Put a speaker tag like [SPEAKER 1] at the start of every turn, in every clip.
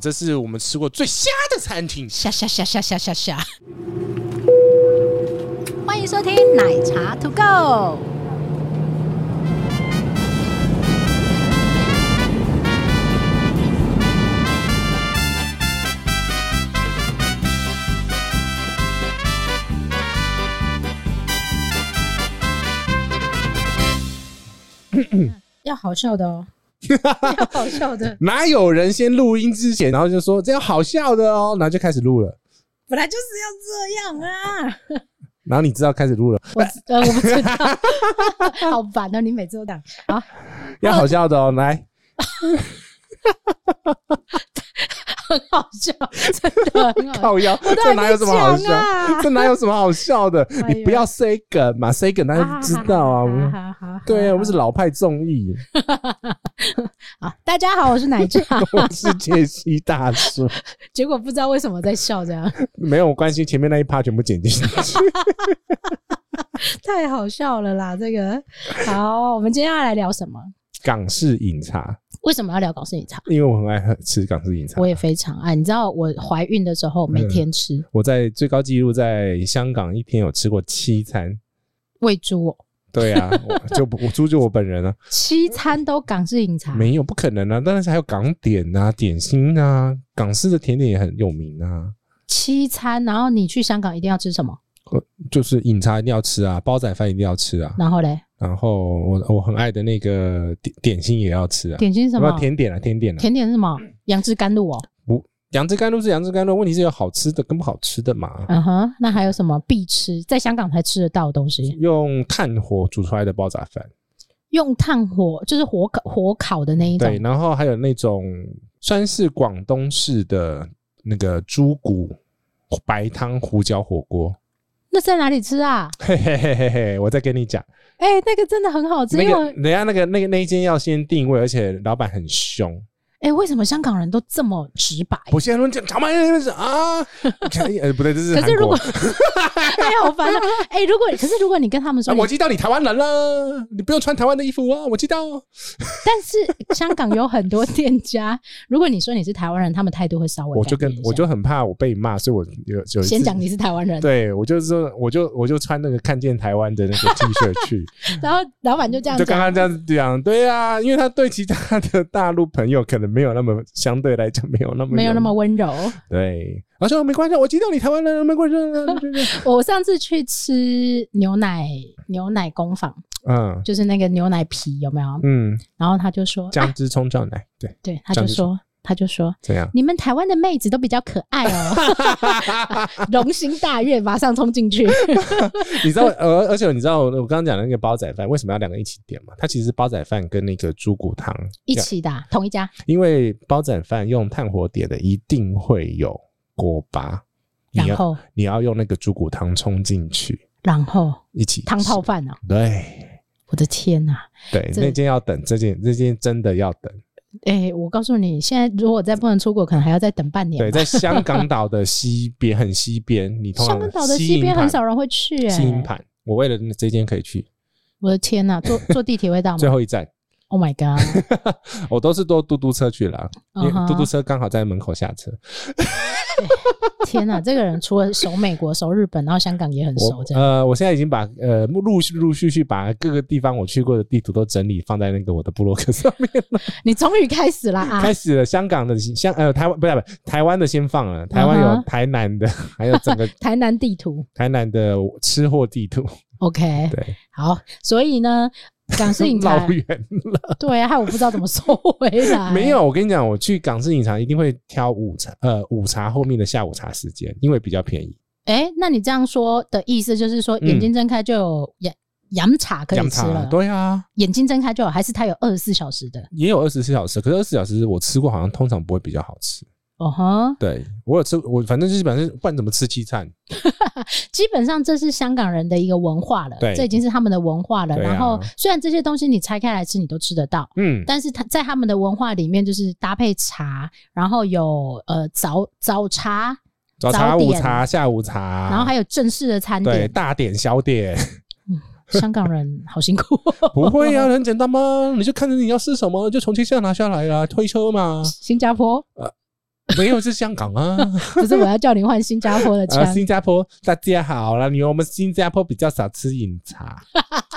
[SPEAKER 1] 这是我们吃过最瞎的餐厅。
[SPEAKER 2] 下下下下下下下。欢迎收听奶茶 To Go。要好笑的 哦，要好笑的，
[SPEAKER 1] 哪有人先录音之前，然后就说这样好笑的哦，然后就开始录了。
[SPEAKER 2] 本来就是要这样啊。
[SPEAKER 1] 然后你知道开始录 了，
[SPEAKER 2] 我知呃我不知道， 好烦哦！你每次都打，好
[SPEAKER 1] 要好笑的哦， 来，
[SPEAKER 2] 很好笑，真的很好笑。
[SPEAKER 1] 靠腰，
[SPEAKER 2] 都还
[SPEAKER 1] 这
[SPEAKER 2] 没
[SPEAKER 1] 哪有什么好笑
[SPEAKER 2] 讲啊？
[SPEAKER 1] 这哪有什么好笑 的？
[SPEAKER 2] 哎呦
[SPEAKER 1] 你不要 say 梗嘛，say 梗大家就知道 啊。我们
[SPEAKER 2] 好好好，
[SPEAKER 1] 对啊，我们是老派综艺，
[SPEAKER 2] 好。大家好，我是奶茶。
[SPEAKER 1] 我是杰西大叔。
[SPEAKER 2] 结果不知道为什么在笑，这样
[SPEAKER 1] 没有关系，前面那一趴全部剪进去。
[SPEAKER 2] 太好笑了啦！这个好，我们今天要来聊什么？
[SPEAKER 1] 港式饮茶，
[SPEAKER 2] 为什么要聊港式饮茶？
[SPEAKER 1] 因为我很爱喝吃港式饮茶
[SPEAKER 2] 我。也非常爱，你知道我怀孕的时候每
[SPEAKER 1] 嗯
[SPEAKER 2] 天吃
[SPEAKER 1] 我在最高纪录在香港一天有吃过七餐。
[SPEAKER 2] 喂猪哦，
[SPEAKER 1] 对啊，我 就不我猪就我本人啊，
[SPEAKER 2] 七餐都港式饮茶，
[SPEAKER 1] 没有不可能啊，当然是还有港点啊、点心啊，港式的甜点也很有名啊，
[SPEAKER 2] 七餐，然后你去香港一定要吃什么？
[SPEAKER 1] 就是饮茶一定要吃啊，煲仔饭一定要吃啊，
[SPEAKER 2] 然后嘞，
[SPEAKER 1] 然后我我很爱的那个点点心也要吃啊，
[SPEAKER 2] 点心是什
[SPEAKER 1] 不
[SPEAKER 2] 么？
[SPEAKER 1] 甜点啊，甜点啊，
[SPEAKER 2] 甜点是什么？杨枝甘露哦。
[SPEAKER 1] 杨枝甘露是杨枝甘露，问题是有好吃的跟不好吃的嘛。
[SPEAKER 2] 嗯哼，那还有什么必吃，在香港才吃得到的东西？
[SPEAKER 1] 用炭火煮出来的煲仔饭，
[SPEAKER 2] 用炭火，就是火烤火烤的那一种
[SPEAKER 1] 对，。然后还有那种算是广东式的那个猪骨白汤胡椒火锅，
[SPEAKER 2] 那在哪里吃啊？
[SPEAKER 1] 嘿嘿嘿嘿嘿，我再跟你讲，
[SPEAKER 2] 哎、那个真的很好吃，
[SPEAKER 1] 那
[SPEAKER 2] 因为
[SPEAKER 1] 个
[SPEAKER 2] 我
[SPEAKER 1] 人家那个那个那一间要先定位，而且老板很凶。
[SPEAKER 2] 哎、为什么香港人都这么直白？
[SPEAKER 1] 我现在论讲，他妈那边是 啊，呃不对，这是
[SPEAKER 2] 可
[SPEAKER 1] 韩
[SPEAKER 2] 是如
[SPEAKER 1] 国
[SPEAKER 2] 果， 哎呀，好烦 啊！哎、如果可是如果你跟他们说
[SPEAKER 1] 啊
[SPEAKER 2] 你，
[SPEAKER 1] 我知道你台湾人了，你不用穿台湾的衣服啊，我知道。
[SPEAKER 2] 但是香港有很多店家， 如果你说你是台湾人，他们态度会稍微
[SPEAKER 1] 我就
[SPEAKER 2] 改变
[SPEAKER 1] 跟
[SPEAKER 2] 一下
[SPEAKER 1] 我就很怕我被骂，所以我有有一次
[SPEAKER 2] 先讲你是台湾人，
[SPEAKER 1] 对我就是说，我就我就穿那个看见台湾的那个 T 恤 去，
[SPEAKER 2] 然后老板就这样
[SPEAKER 1] 就刚刚
[SPEAKER 2] 讲，
[SPEAKER 1] 这样子讲，对啊，因为他对其他的大陆朋友可能没有那么相对来讲没有那么
[SPEAKER 2] 没有那么温柔。
[SPEAKER 1] 对，他说没关系，我知道你台湾人，没关系，对对对
[SPEAKER 2] 我上次去吃牛奶牛奶工坊，
[SPEAKER 1] 嗯
[SPEAKER 2] 就是那个牛奶皮有没有？
[SPEAKER 1] 嗯，
[SPEAKER 2] 然后他就说，啊
[SPEAKER 1] 姜汁葱酱奶，对，
[SPEAKER 2] 对，他
[SPEAKER 1] 这样
[SPEAKER 2] 就
[SPEAKER 1] 就
[SPEAKER 2] 说，他就说，
[SPEAKER 1] 怎 样？
[SPEAKER 2] 你们台湾的妹子都比较可爱哦， 龙心大悦，马上冲进去。
[SPEAKER 1] 你知道，而而且你知道，我刚刚讲的那个煲仔饭为什么要两个一起点吗？它其实是煲仔饭跟那个猪骨汤
[SPEAKER 2] 一，起的啊、同一家，
[SPEAKER 1] 因为煲仔饭用炭火点的一定会有锅巴，你
[SPEAKER 2] 然
[SPEAKER 1] 要
[SPEAKER 2] 后
[SPEAKER 1] 你要用那个猪骨汤冲进去
[SPEAKER 2] 然后
[SPEAKER 1] 一起
[SPEAKER 2] 汤泡
[SPEAKER 1] 吃，
[SPEAKER 2] 饭哦，
[SPEAKER 1] 对
[SPEAKER 2] 我的天呐、啊！
[SPEAKER 1] 对，
[SPEAKER 2] 这
[SPEAKER 1] 那间要等，这间这间真的要等，
[SPEAKER 2] 哎、我告诉你，现在如果再不能出国，可能还要再等半年啊
[SPEAKER 1] 对，
[SPEAKER 2] 吧。
[SPEAKER 1] 在香港岛的西边，很西边，你通常
[SPEAKER 2] 香港岛的
[SPEAKER 1] 西
[SPEAKER 2] 西
[SPEAKER 1] 营
[SPEAKER 2] 边很
[SPEAKER 1] 盘
[SPEAKER 2] 少人会去、
[SPEAKER 1] 西营
[SPEAKER 2] 哎，
[SPEAKER 1] 盘，我为了那这间可以去，
[SPEAKER 2] 我的天呐、坐坐地铁 会到
[SPEAKER 1] 最
[SPEAKER 2] 吗
[SPEAKER 1] 后一站。
[SPEAKER 2] ？Oh my god！
[SPEAKER 1] 我都是坐嘟嘟车去啦，因为
[SPEAKER 2] 嗯哼
[SPEAKER 1] 嘟嘟车刚好在门口下车。
[SPEAKER 2] 天呐、这个人除了熟美国、熟日本，然后香港也很熟
[SPEAKER 1] 我，
[SPEAKER 2] 这样。
[SPEAKER 1] 呃，我现在已经把呃陆续陆续续把各个地方我去过的地图都整理放在那个我的部落格上面。
[SPEAKER 2] 你终于开始啦 啊！
[SPEAKER 1] 呃开始了，香港的香呃台湾不是不是台湾的先放了，台湾
[SPEAKER 2] 嗯
[SPEAKER 1] 有
[SPEAKER 2] 哼
[SPEAKER 1] 台南的，还有整个
[SPEAKER 2] 台南地图
[SPEAKER 1] 台南的吃货地图。
[SPEAKER 2] ，OK，
[SPEAKER 1] 对，
[SPEAKER 2] 好，所以呢，港式饮茶
[SPEAKER 1] 老，远
[SPEAKER 2] 对啊，害我不知道怎么收回来。
[SPEAKER 1] 没有，我跟你讲，我去港式饮茶一定会挑午茶呃午茶后面的下午茶时间，因为比较便宜。
[SPEAKER 2] 哎、那你这样说的意思就是说，
[SPEAKER 1] 嗯
[SPEAKER 2] 眼睛睁开就有洋洋茶可以
[SPEAKER 1] 洋
[SPEAKER 2] 吃
[SPEAKER 1] 茶
[SPEAKER 2] 了，
[SPEAKER 1] 对啊，
[SPEAKER 2] 眼睛睁开就有，还是它有二十四小时的？
[SPEAKER 1] 也有二十四小时，可是二十四小时我吃过，好像通常不会比较好吃。
[SPEAKER 2] 哦哼，
[SPEAKER 1] 对我有吃，我反正就是反正不然怎么吃西餐，
[SPEAKER 2] 基本上这是香港人的一个文化了，
[SPEAKER 1] 对
[SPEAKER 2] 这已经是他们的文化了。
[SPEAKER 1] 对啊
[SPEAKER 2] 然后虽然这些东西你拆开来吃，你都吃得到。
[SPEAKER 1] 嗯，
[SPEAKER 2] 但是它在他们的文化里面，就是搭配茶，然后有呃早早茶，
[SPEAKER 1] 早茶、
[SPEAKER 2] 早
[SPEAKER 1] 午
[SPEAKER 2] 点
[SPEAKER 1] 茶、下午茶，
[SPEAKER 2] 然后还有正式的餐
[SPEAKER 1] 对
[SPEAKER 2] 点。
[SPEAKER 1] 大点小点，
[SPEAKER 2] 香港人好辛苦、
[SPEAKER 1] 不会 啊，很简单啊 嘛，你就看着你要吃什么，就从切下拿下来啦，推车嘛，
[SPEAKER 2] 新加坡
[SPEAKER 1] 没有是香港啊
[SPEAKER 2] 可是我要叫你换新加坡的腔
[SPEAKER 1] 啊！。新加坡大家好啦，你我们新加坡比较少吃饮 茶，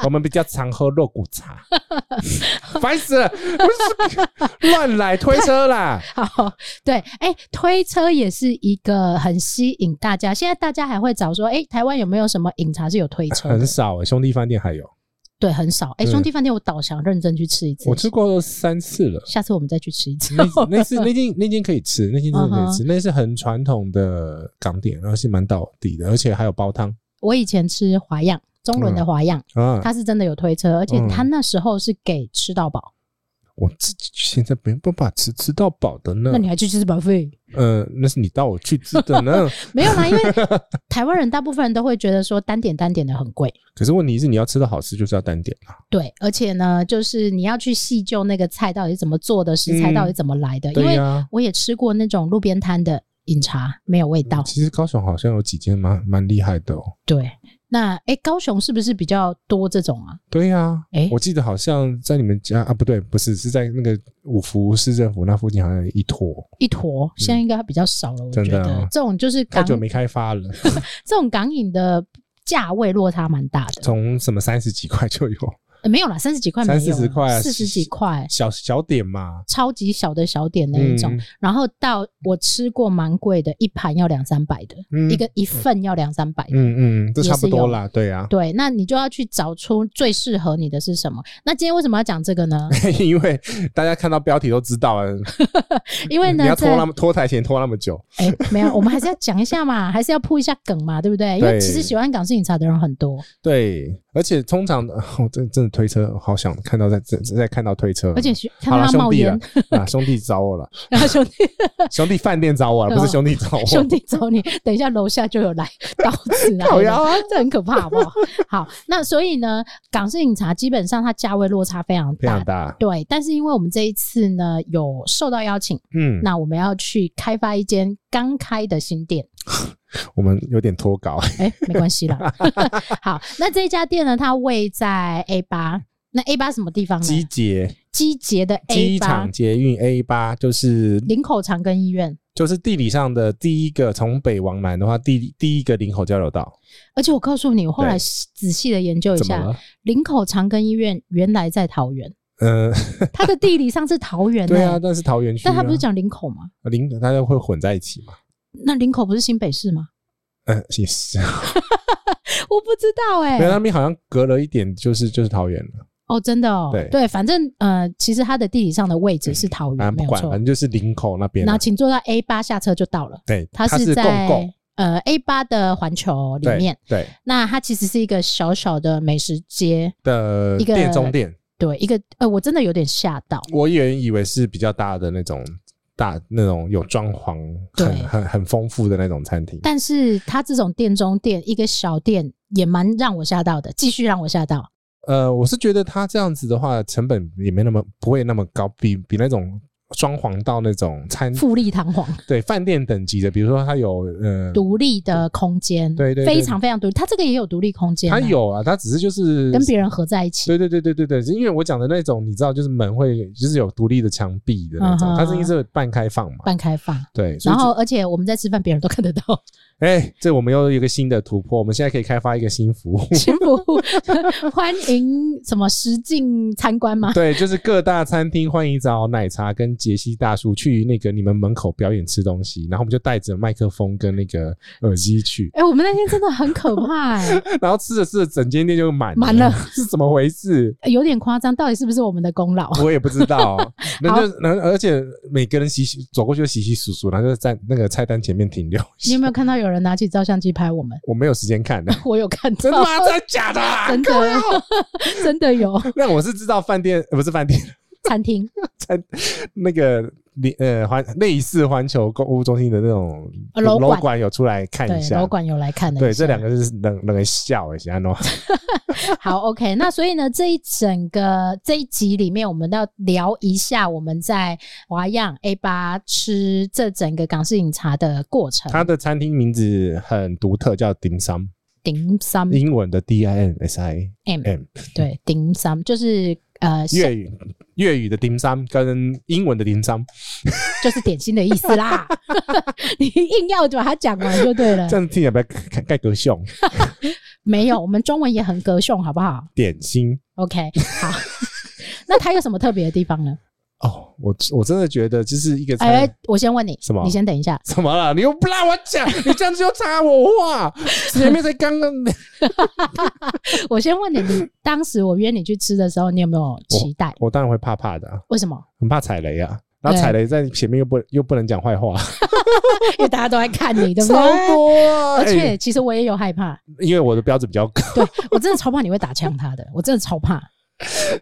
[SPEAKER 1] 我们比较常喝肉骨茶，烦死了！不是 乱来推车啦，
[SPEAKER 2] 好，对，哎、推车也是一个很吸引大家。现在大家还会找说，哎、台湾有没有什么饮茶是有推车的？
[SPEAKER 1] 很少、欸、兄弟饭店还有，
[SPEAKER 2] 对，很少。哎、
[SPEAKER 1] 对
[SPEAKER 2] 兄弟饭店，我倒想认真去吃一次。
[SPEAKER 1] 我吃过三次了。
[SPEAKER 2] 下次我们再去吃一 次。
[SPEAKER 1] 那那是那间那间可以吃，那间真的
[SPEAKER 2] 嗯
[SPEAKER 1] 可以吃，那是很传统的港点，然后是蛮到底的，而且还有煲汤
[SPEAKER 2] 我以前吃华样，中轮的华样，
[SPEAKER 1] 啊！
[SPEAKER 2] 它是真的有推车，而
[SPEAKER 1] 嗯
[SPEAKER 2] 且它那时候是给吃到饱，
[SPEAKER 1] 我自己现在没办法吃吃到饱的呢
[SPEAKER 2] 那，你还去吃保费？
[SPEAKER 1] 呃，那是你带我去吃的 呢。
[SPEAKER 2] 没有啦，因为台湾人大部分人都会觉得说单点单点的很贵。
[SPEAKER 1] 可是问题是，你要吃到好吃，就是要单点啊。
[SPEAKER 2] 对，而且呢，就是你要去细究那个菜到底怎么做的，食材
[SPEAKER 1] 嗯
[SPEAKER 2] 到底怎么来的，因
[SPEAKER 1] 对
[SPEAKER 2] 为
[SPEAKER 1] 呀、
[SPEAKER 2] 我也吃过那种路边摊的饮茶，没有味道。
[SPEAKER 1] 其实高雄好像有几间蛮蛮厉害的哦。
[SPEAKER 2] 对，那诶，高雄是不是比较多这种啊？
[SPEAKER 1] 对呀、
[SPEAKER 2] 诶
[SPEAKER 1] 我记得好像在你们家啊，不对，不是，是在那个五福市政府那附近，好像有一坨，
[SPEAKER 2] 一坨，现在应该比较少了。
[SPEAKER 1] 嗯
[SPEAKER 2] 我
[SPEAKER 1] 真
[SPEAKER 2] 觉
[SPEAKER 1] 的啊
[SPEAKER 2] 得、这种就是
[SPEAKER 1] 太
[SPEAKER 2] 港
[SPEAKER 1] 久没开发了，
[SPEAKER 2] 这种港饮的价位落差蛮大的。
[SPEAKER 1] 从什么三十几块就有
[SPEAKER 2] 呃没有啦，三十几块没有
[SPEAKER 1] 三
[SPEAKER 2] 啊，
[SPEAKER 1] 四十块啊，
[SPEAKER 2] 四十几块，
[SPEAKER 1] 小小点嘛，嗯
[SPEAKER 2] 超级小的小点那一种。然后到我吃过蛮贵的，一盘要两三百的，
[SPEAKER 1] 嗯
[SPEAKER 2] 一个一份要两三百的。
[SPEAKER 1] 嗯嗯，这差不多啦，对啊，
[SPEAKER 2] 对，那你就要去找出最适合你的是什么。那今天为什么要讲这个呢？
[SPEAKER 1] 因为大家看到标题都知 道了，
[SPEAKER 2] 因 为
[SPEAKER 1] 你
[SPEAKER 2] 呢，
[SPEAKER 1] 要拖
[SPEAKER 2] 在
[SPEAKER 1] 那么拖台前拖那么久，
[SPEAKER 2] 哎、没有，我们还是要讲一下嘛，还是要铺一下梗嘛，对不对？因为
[SPEAKER 1] 对嗯
[SPEAKER 2] 其实喜欢港式饮茶的人很多，
[SPEAKER 1] 对，而且通常我真真的推车，好想看到在在在看到推车，啊
[SPEAKER 2] 而且喜看
[SPEAKER 1] 好
[SPEAKER 2] 到
[SPEAKER 1] 了，
[SPEAKER 2] 他
[SPEAKER 1] 兄
[SPEAKER 2] 冒
[SPEAKER 1] 弟
[SPEAKER 2] 烟
[SPEAKER 1] 了，啊，兄弟找我了，
[SPEAKER 2] 然 后兄弟
[SPEAKER 1] 兄弟饭店找我了，不是兄弟找我，
[SPEAKER 2] 哦 兄弟找你，等一下楼下就有来刀子来
[SPEAKER 1] 烤
[SPEAKER 2] 了
[SPEAKER 1] 鸭，
[SPEAKER 2] 这很可怕，好不好？好，那所以呢，港式饮茶基本上它价位落差非常
[SPEAKER 1] 非
[SPEAKER 2] 大
[SPEAKER 1] 常。大，
[SPEAKER 2] 对，但是因为我们这一次呢有受到邀请，
[SPEAKER 1] 嗯，
[SPEAKER 2] 那我们要去开发一间刚开的新店，
[SPEAKER 1] 我们有点脱稿，
[SPEAKER 2] 哎、没关系啦。 好，那这家店呢，它位在 A 八，那 A 八什么地方呢？
[SPEAKER 1] 机捷
[SPEAKER 2] 机捷的 A
[SPEAKER 1] 机
[SPEAKER 2] 八
[SPEAKER 1] 场捷运 A 八就是
[SPEAKER 2] 林口长庚医院，
[SPEAKER 1] 就是地理上的第一个，从北往南的话，第第一个林口交流道，
[SPEAKER 2] 而且我告诉你，我后来
[SPEAKER 1] 对
[SPEAKER 2] 仔细的研究一
[SPEAKER 1] 怎么
[SPEAKER 2] 下，
[SPEAKER 1] 了？
[SPEAKER 2] 林口长庚医院原来在桃园，
[SPEAKER 1] 嗯，
[SPEAKER 2] 它的地理上是桃园、欸，
[SPEAKER 1] 对啊，但是桃园区啊，
[SPEAKER 2] 但它不是讲林口吗？
[SPEAKER 1] 林口，呃大家会混在一起嘛？
[SPEAKER 2] 那林口不是新北市吗？
[SPEAKER 1] 嗯，也是，
[SPEAKER 2] 我不知道哎、
[SPEAKER 1] 没有啊那边好像隔了一点，就是就是桃园了，
[SPEAKER 2] 哦，真的哦，
[SPEAKER 1] 对
[SPEAKER 2] 反正呃，其实它的地理上的位置是桃园，
[SPEAKER 1] 啊，
[SPEAKER 2] 没
[SPEAKER 1] 不
[SPEAKER 2] 有
[SPEAKER 1] 管，
[SPEAKER 2] 错
[SPEAKER 1] 反。正就是林口那边啊
[SPEAKER 2] 那。请坐到 A 八下车就到了，
[SPEAKER 1] 对，它
[SPEAKER 2] 是
[SPEAKER 1] 是
[SPEAKER 2] 在
[SPEAKER 1] 共购
[SPEAKER 2] 呃 A 八的环球里
[SPEAKER 1] 对
[SPEAKER 2] 面。
[SPEAKER 1] 对
[SPEAKER 2] 那它其实是一个小小的美食街，
[SPEAKER 1] 的
[SPEAKER 2] 一个
[SPEAKER 1] 店中店，
[SPEAKER 2] 对，一个呃，我真的有点吓到。
[SPEAKER 1] 我原以为是比较大的那种大那种有装潢
[SPEAKER 2] 对
[SPEAKER 1] 很很很丰富的那种餐厅。
[SPEAKER 2] 但是它这种店中店，一个小店也蛮让我吓到的，继续让我吓到。
[SPEAKER 1] 呃，我是觉得它这样子的话，成本也没那么不会那么高，比比那种装潢到那种餐
[SPEAKER 2] 富丽堂皇，
[SPEAKER 1] 对饭店等级的，比如说它有呃，
[SPEAKER 2] 独立的空间，
[SPEAKER 1] 对对对
[SPEAKER 2] 非常非常独立。它这个也有独立空间啊，
[SPEAKER 1] 它有啊，它只是就是
[SPEAKER 2] 跟别人合在一起，
[SPEAKER 1] 对对对对对对，因为我讲的那种，你知道，就是门会就是有独立的墙壁的那种，
[SPEAKER 2] 嗯哼
[SPEAKER 1] 它是一直半开放嘛。
[SPEAKER 2] 半开放。
[SPEAKER 1] 对，所以
[SPEAKER 2] 然后，而且我们在吃饭，别人都看得到，
[SPEAKER 1] 这哎，这我们又有一个新的突破，我们现在可以开发一个新服务。
[SPEAKER 2] 幸福欢迎什么实境参观吗？
[SPEAKER 1] 对，就是各大餐厅欢迎找奶茶跟杰西大叔去那个你们门口表演吃东西，然后我们就带着麦克风跟那个耳机去，
[SPEAKER 2] 哎、我们那天真的很可怕、 哎，
[SPEAKER 1] 然后吃着吃着，整间店就满
[SPEAKER 2] 满了，
[SPEAKER 1] 是怎么回事？
[SPEAKER 2] 有点夸张，到底是不是我们的功劳？
[SPEAKER 1] 我也不知 道，那就那而且每个人洗洗走过去就洗洗簌簌，然后就在那个菜单前面停留。
[SPEAKER 2] 你有没有看到有人拿起照相机拍我们？
[SPEAKER 1] 我没有时间 看的，
[SPEAKER 2] 我有看
[SPEAKER 1] 真的
[SPEAKER 2] 到，
[SPEAKER 1] 吗？真的假的啊？
[SPEAKER 2] 真
[SPEAKER 1] 靠
[SPEAKER 2] 的
[SPEAKER 1] 腰
[SPEAKER 2] 真的有
[SPEAKER 1] 那我是知道饭店呃不是饭店，
[SPEAKER 2] 餐厅，
[SPEAKER 1] 那个你呃环类似环球购物中心的那种
[SPEAKER 2] 呃楼管
[SPEAKER 1] 管有出来看一
[SPEAKER 2] 对，
[SPEAKER 1] 下
[SPEAKER 2] 楼。管有来看的。
[SPEAKER 1] 对，这两个是冷冷人笑哎，是 安诺。
[SPEAKER 2] 好，OK。那所以呢，这一整个这一集里面，我们要聊一下我们在华样 A 八吃这整个港式饮茶的过程。
[SPEAKER 1] 它的餐厅名字很独特，叫 Dim Sum，
[SPEAKER 2] 顶 m 嗯
[SPEAKER 1] 英文的 D I N S I
[SPEAKER 2] M，
[SPEAKER 1] M。
[SPEAKER 2] 对，顶 m 就是呃，
[SPEAKER 1] 粤语粤语的丁三跟英文的丁三，
[SPEAKER 2] 哎就是点心的意思啦。 你硬要把它讲完就对了
[SPEAKER 1] 这。样听起来比较盖格凶
[SPEAKER 2] 没有，我们中文也很歌颂，好不好
[SPEAKER 1] 点心
[SPEAKER 2] ？OK，好。 那它有什么特别的地方呢？
[SPEAKER 1] 哦。我我真的觉得就是一个餐、
[SPEAKER 2] 哎、我先问你，
[SPEAKER 1] 什么
[SPEAKER 2] 你先等一下。
[SPEAKER 1] 怎么了？你又不让我讲，你这样子又插我 话。前面才刚刚，
[SPEAKER 2] 我先问你，你当时我约你去吃的时候，你有没有期待？
[SPEAKER 1] 我当然会怕怕的、啊，
[SPEAKER 2] 为什么？
[SPEAKER 1] 很怕踩雷啊。然后
[SPEAKER 2] 对
[SPEAKER 1] 踩雷在前面又不又不能讲坏话，
[SPEAKER 2] 因为大家都在看你，对不
[SPEAKER 1] 超
[SPEAKER 2] 对？
[SPEAKER 1] 多啊！
[SPEAKER 2] 而且
[SPEAKER 1] 哎
[SPEAKER 2] 其实我也有 害怕，
[SPEAKER 1] 因为我的标准比较高，
[SPEAKER 2] 对我真的超怕你会打枪他的，我真的超怕，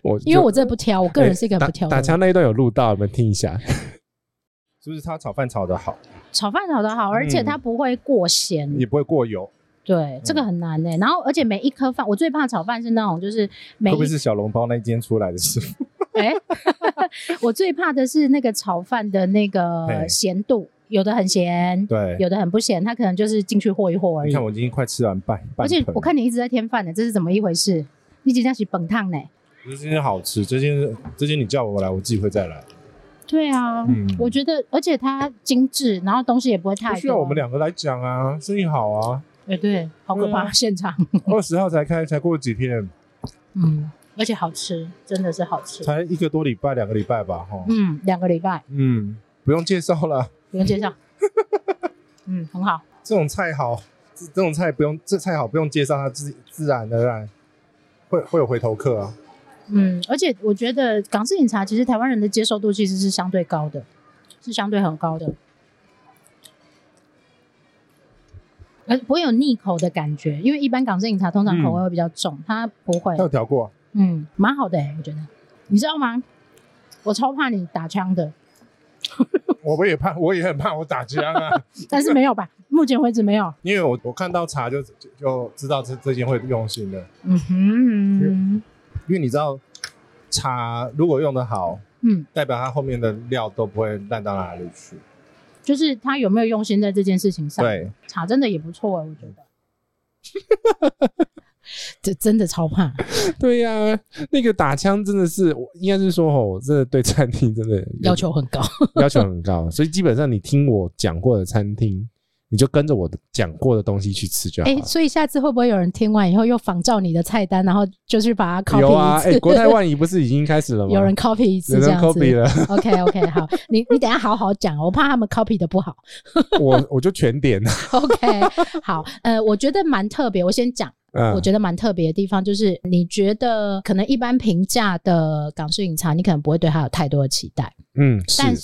[SPEAKER 1] 我
[SPEAKER 2] 因为
[SPEAKER 1] 就哎
[SPEAKER 2] 我真的不挑，我个人是一个很不挑
[SPEAKER 1] 打打
[SPEAKER 2] 的人。
[SPEAKER 1] 枪那一段有录到，你们听一下，是不是他炒饭炒的好，
[SPEAKER 2] 炒饭炒的好，而
[SPEAKER 1] 嗯
[SPEAKER 2] 且它不会过咸，
[SPEAKER 1] 也不会过油？
[SPEAKER 2] 对，这个很难呢、然后而且每一颗饭，我最怕炒饭是那种就是每
[SPEAKER 1] 会不会
[SPEAKER 2] 一
[SPEAKER 1] 是小笼包那一间出来的师 傅？
[SPEAKER 2] 哎，我最怕的是那个炒饭的那个
[SPEAKER 1] 对
[SPEAKER 2] 咸度，有的很咸，
[SPEAKER 1] 对，
[SPEAKER 2] 有的很不咸，它可能就是进去和一和而
[SPEAKER 1] 你
[SPEAKER 2] 已
[SPEAKER 1] 看。我已经快吃完半半
[SPEAKER 2] 而且
[SPEAKER 1] 盆
[SPEAKER 2] 我看你一直在添饭呢，这是怎么一回事？你今天是本烫呢？
[SPEAKER 3] 这间好吃，这间这间你叫我来，我自己会再来，
[SPEAKER 2] 对啊，
[SPEAKER 3] 嗯
[SPEAKER 2] 我觉得，而且它精致，然后东西也不会太
[SPEAKER 3] 不
[SPEAKER 2] 多。
[SPEAKER 3] 需要我们两个来讲啊，生意好啊，
[SPEAKER 2] 哎，对，好可怕，
[SPEAKER 3] 对啊
[SPEAKER 2] 现 场，
[SPEAKER 3] 二十号才开，才过几天，
[SPEAKER 2] 嗯，而且好吃，真的是好吃。
[SPEAKER 3] 才一个多礼拜，两个礼拜吧，哈，
[SPEAKER 2] 嗯，两个礼拜
[SPEAKER 3] 嗯，不用介绍了，
[SPEAKER 2] 不用 介绍，嗯，很好。
[SPEAKER 3] 这种菜好，这这种菜不用，这菜好不用介绍，它自自然而然会会有回头客啊，
[SPEAKER 2] 嗯，而且我觉得港式饮茶其实台湾人的接受度其实是相对高的，是相对很高的，而不会有腻口的感觉，因为一般港式饮茶通常口味会比较重，它不会
[SPEAKER 3] 它，有调过啊、
[SPEAKER 2] 嗯，蛮好的、欸，我觉得，你知道吗？我超怕你打枪的，
[SPEAKER 3] 我我也怕，我也很怕我打枪啊，
[SPEAKER 2] 但是没有吧？目前为止没有。
[SPEAKER 3] 因为我我看到茶就就就知道这这间会用心的，
[SPEAKER 2] 嗯哼，
[SPEAKER 3] 因为你知道茶如果用的好，
[SPEAKER 2] 嗯，
[SPEAKER 3] 代表它后面的料都不会烂到哪里去。
[SPEAKER 2] 就是他有没有用心在这件事情上？，
[SPEAKER 3] 对，
[SPEAKER 2] 茶真的也不错、欸，我觉得。 这真的超怕，
[SPEAKER 1] 对呀、那个打枪真的是，我应该是说吼，我真的对餐厅真的
[SPEAKER 2] 要求很高。
[SPEAKER 1] 要求很高，所以基本上你听我讲过的餐厅，你就跟着我的讲过的东西去吃就好
[SPEAKER 2] 哎、
[SPEAKER 1] 了。
[SPEAKER 2] 所以下次会不会有人听完以后又仿照你的菜单，然后就去把它 copy
[SPEAKER 1] 有啊，
[SPEAKER 2] 一
[SPEAKER 1] 哎、
[SPEAKER 2] 次？
[SPEAKER 1] 国泰万怡不是已经开始了吗？
[SPEAKER 2] 有人 copy 一
[SPEAKER 1] 有
[SPEAKER 2] 次这
[SPEAKER 1] 人
[SPEAKER 2] 样子。
[SPEAKER 1] copy 了，
[SPEAKER 2] OK OK，好，你你等一下好好讲，我怕他们 copy 的不好。
[SPEAKER 1] 我我就全点。
[SPEAKER 2] OK，好，呃，我觉得蛮特别，我先讲，
[SPEAKER 1] 嗯，
[SPEAKER 2] 我觉得蛮特别的地方就是，你觉得可能一般平价的港式饮茶，你可能不会对它有太多的期待，
[SPEAKER 1] 嗯
[SPEAKER 2] 但
[SPEAKER 1] 是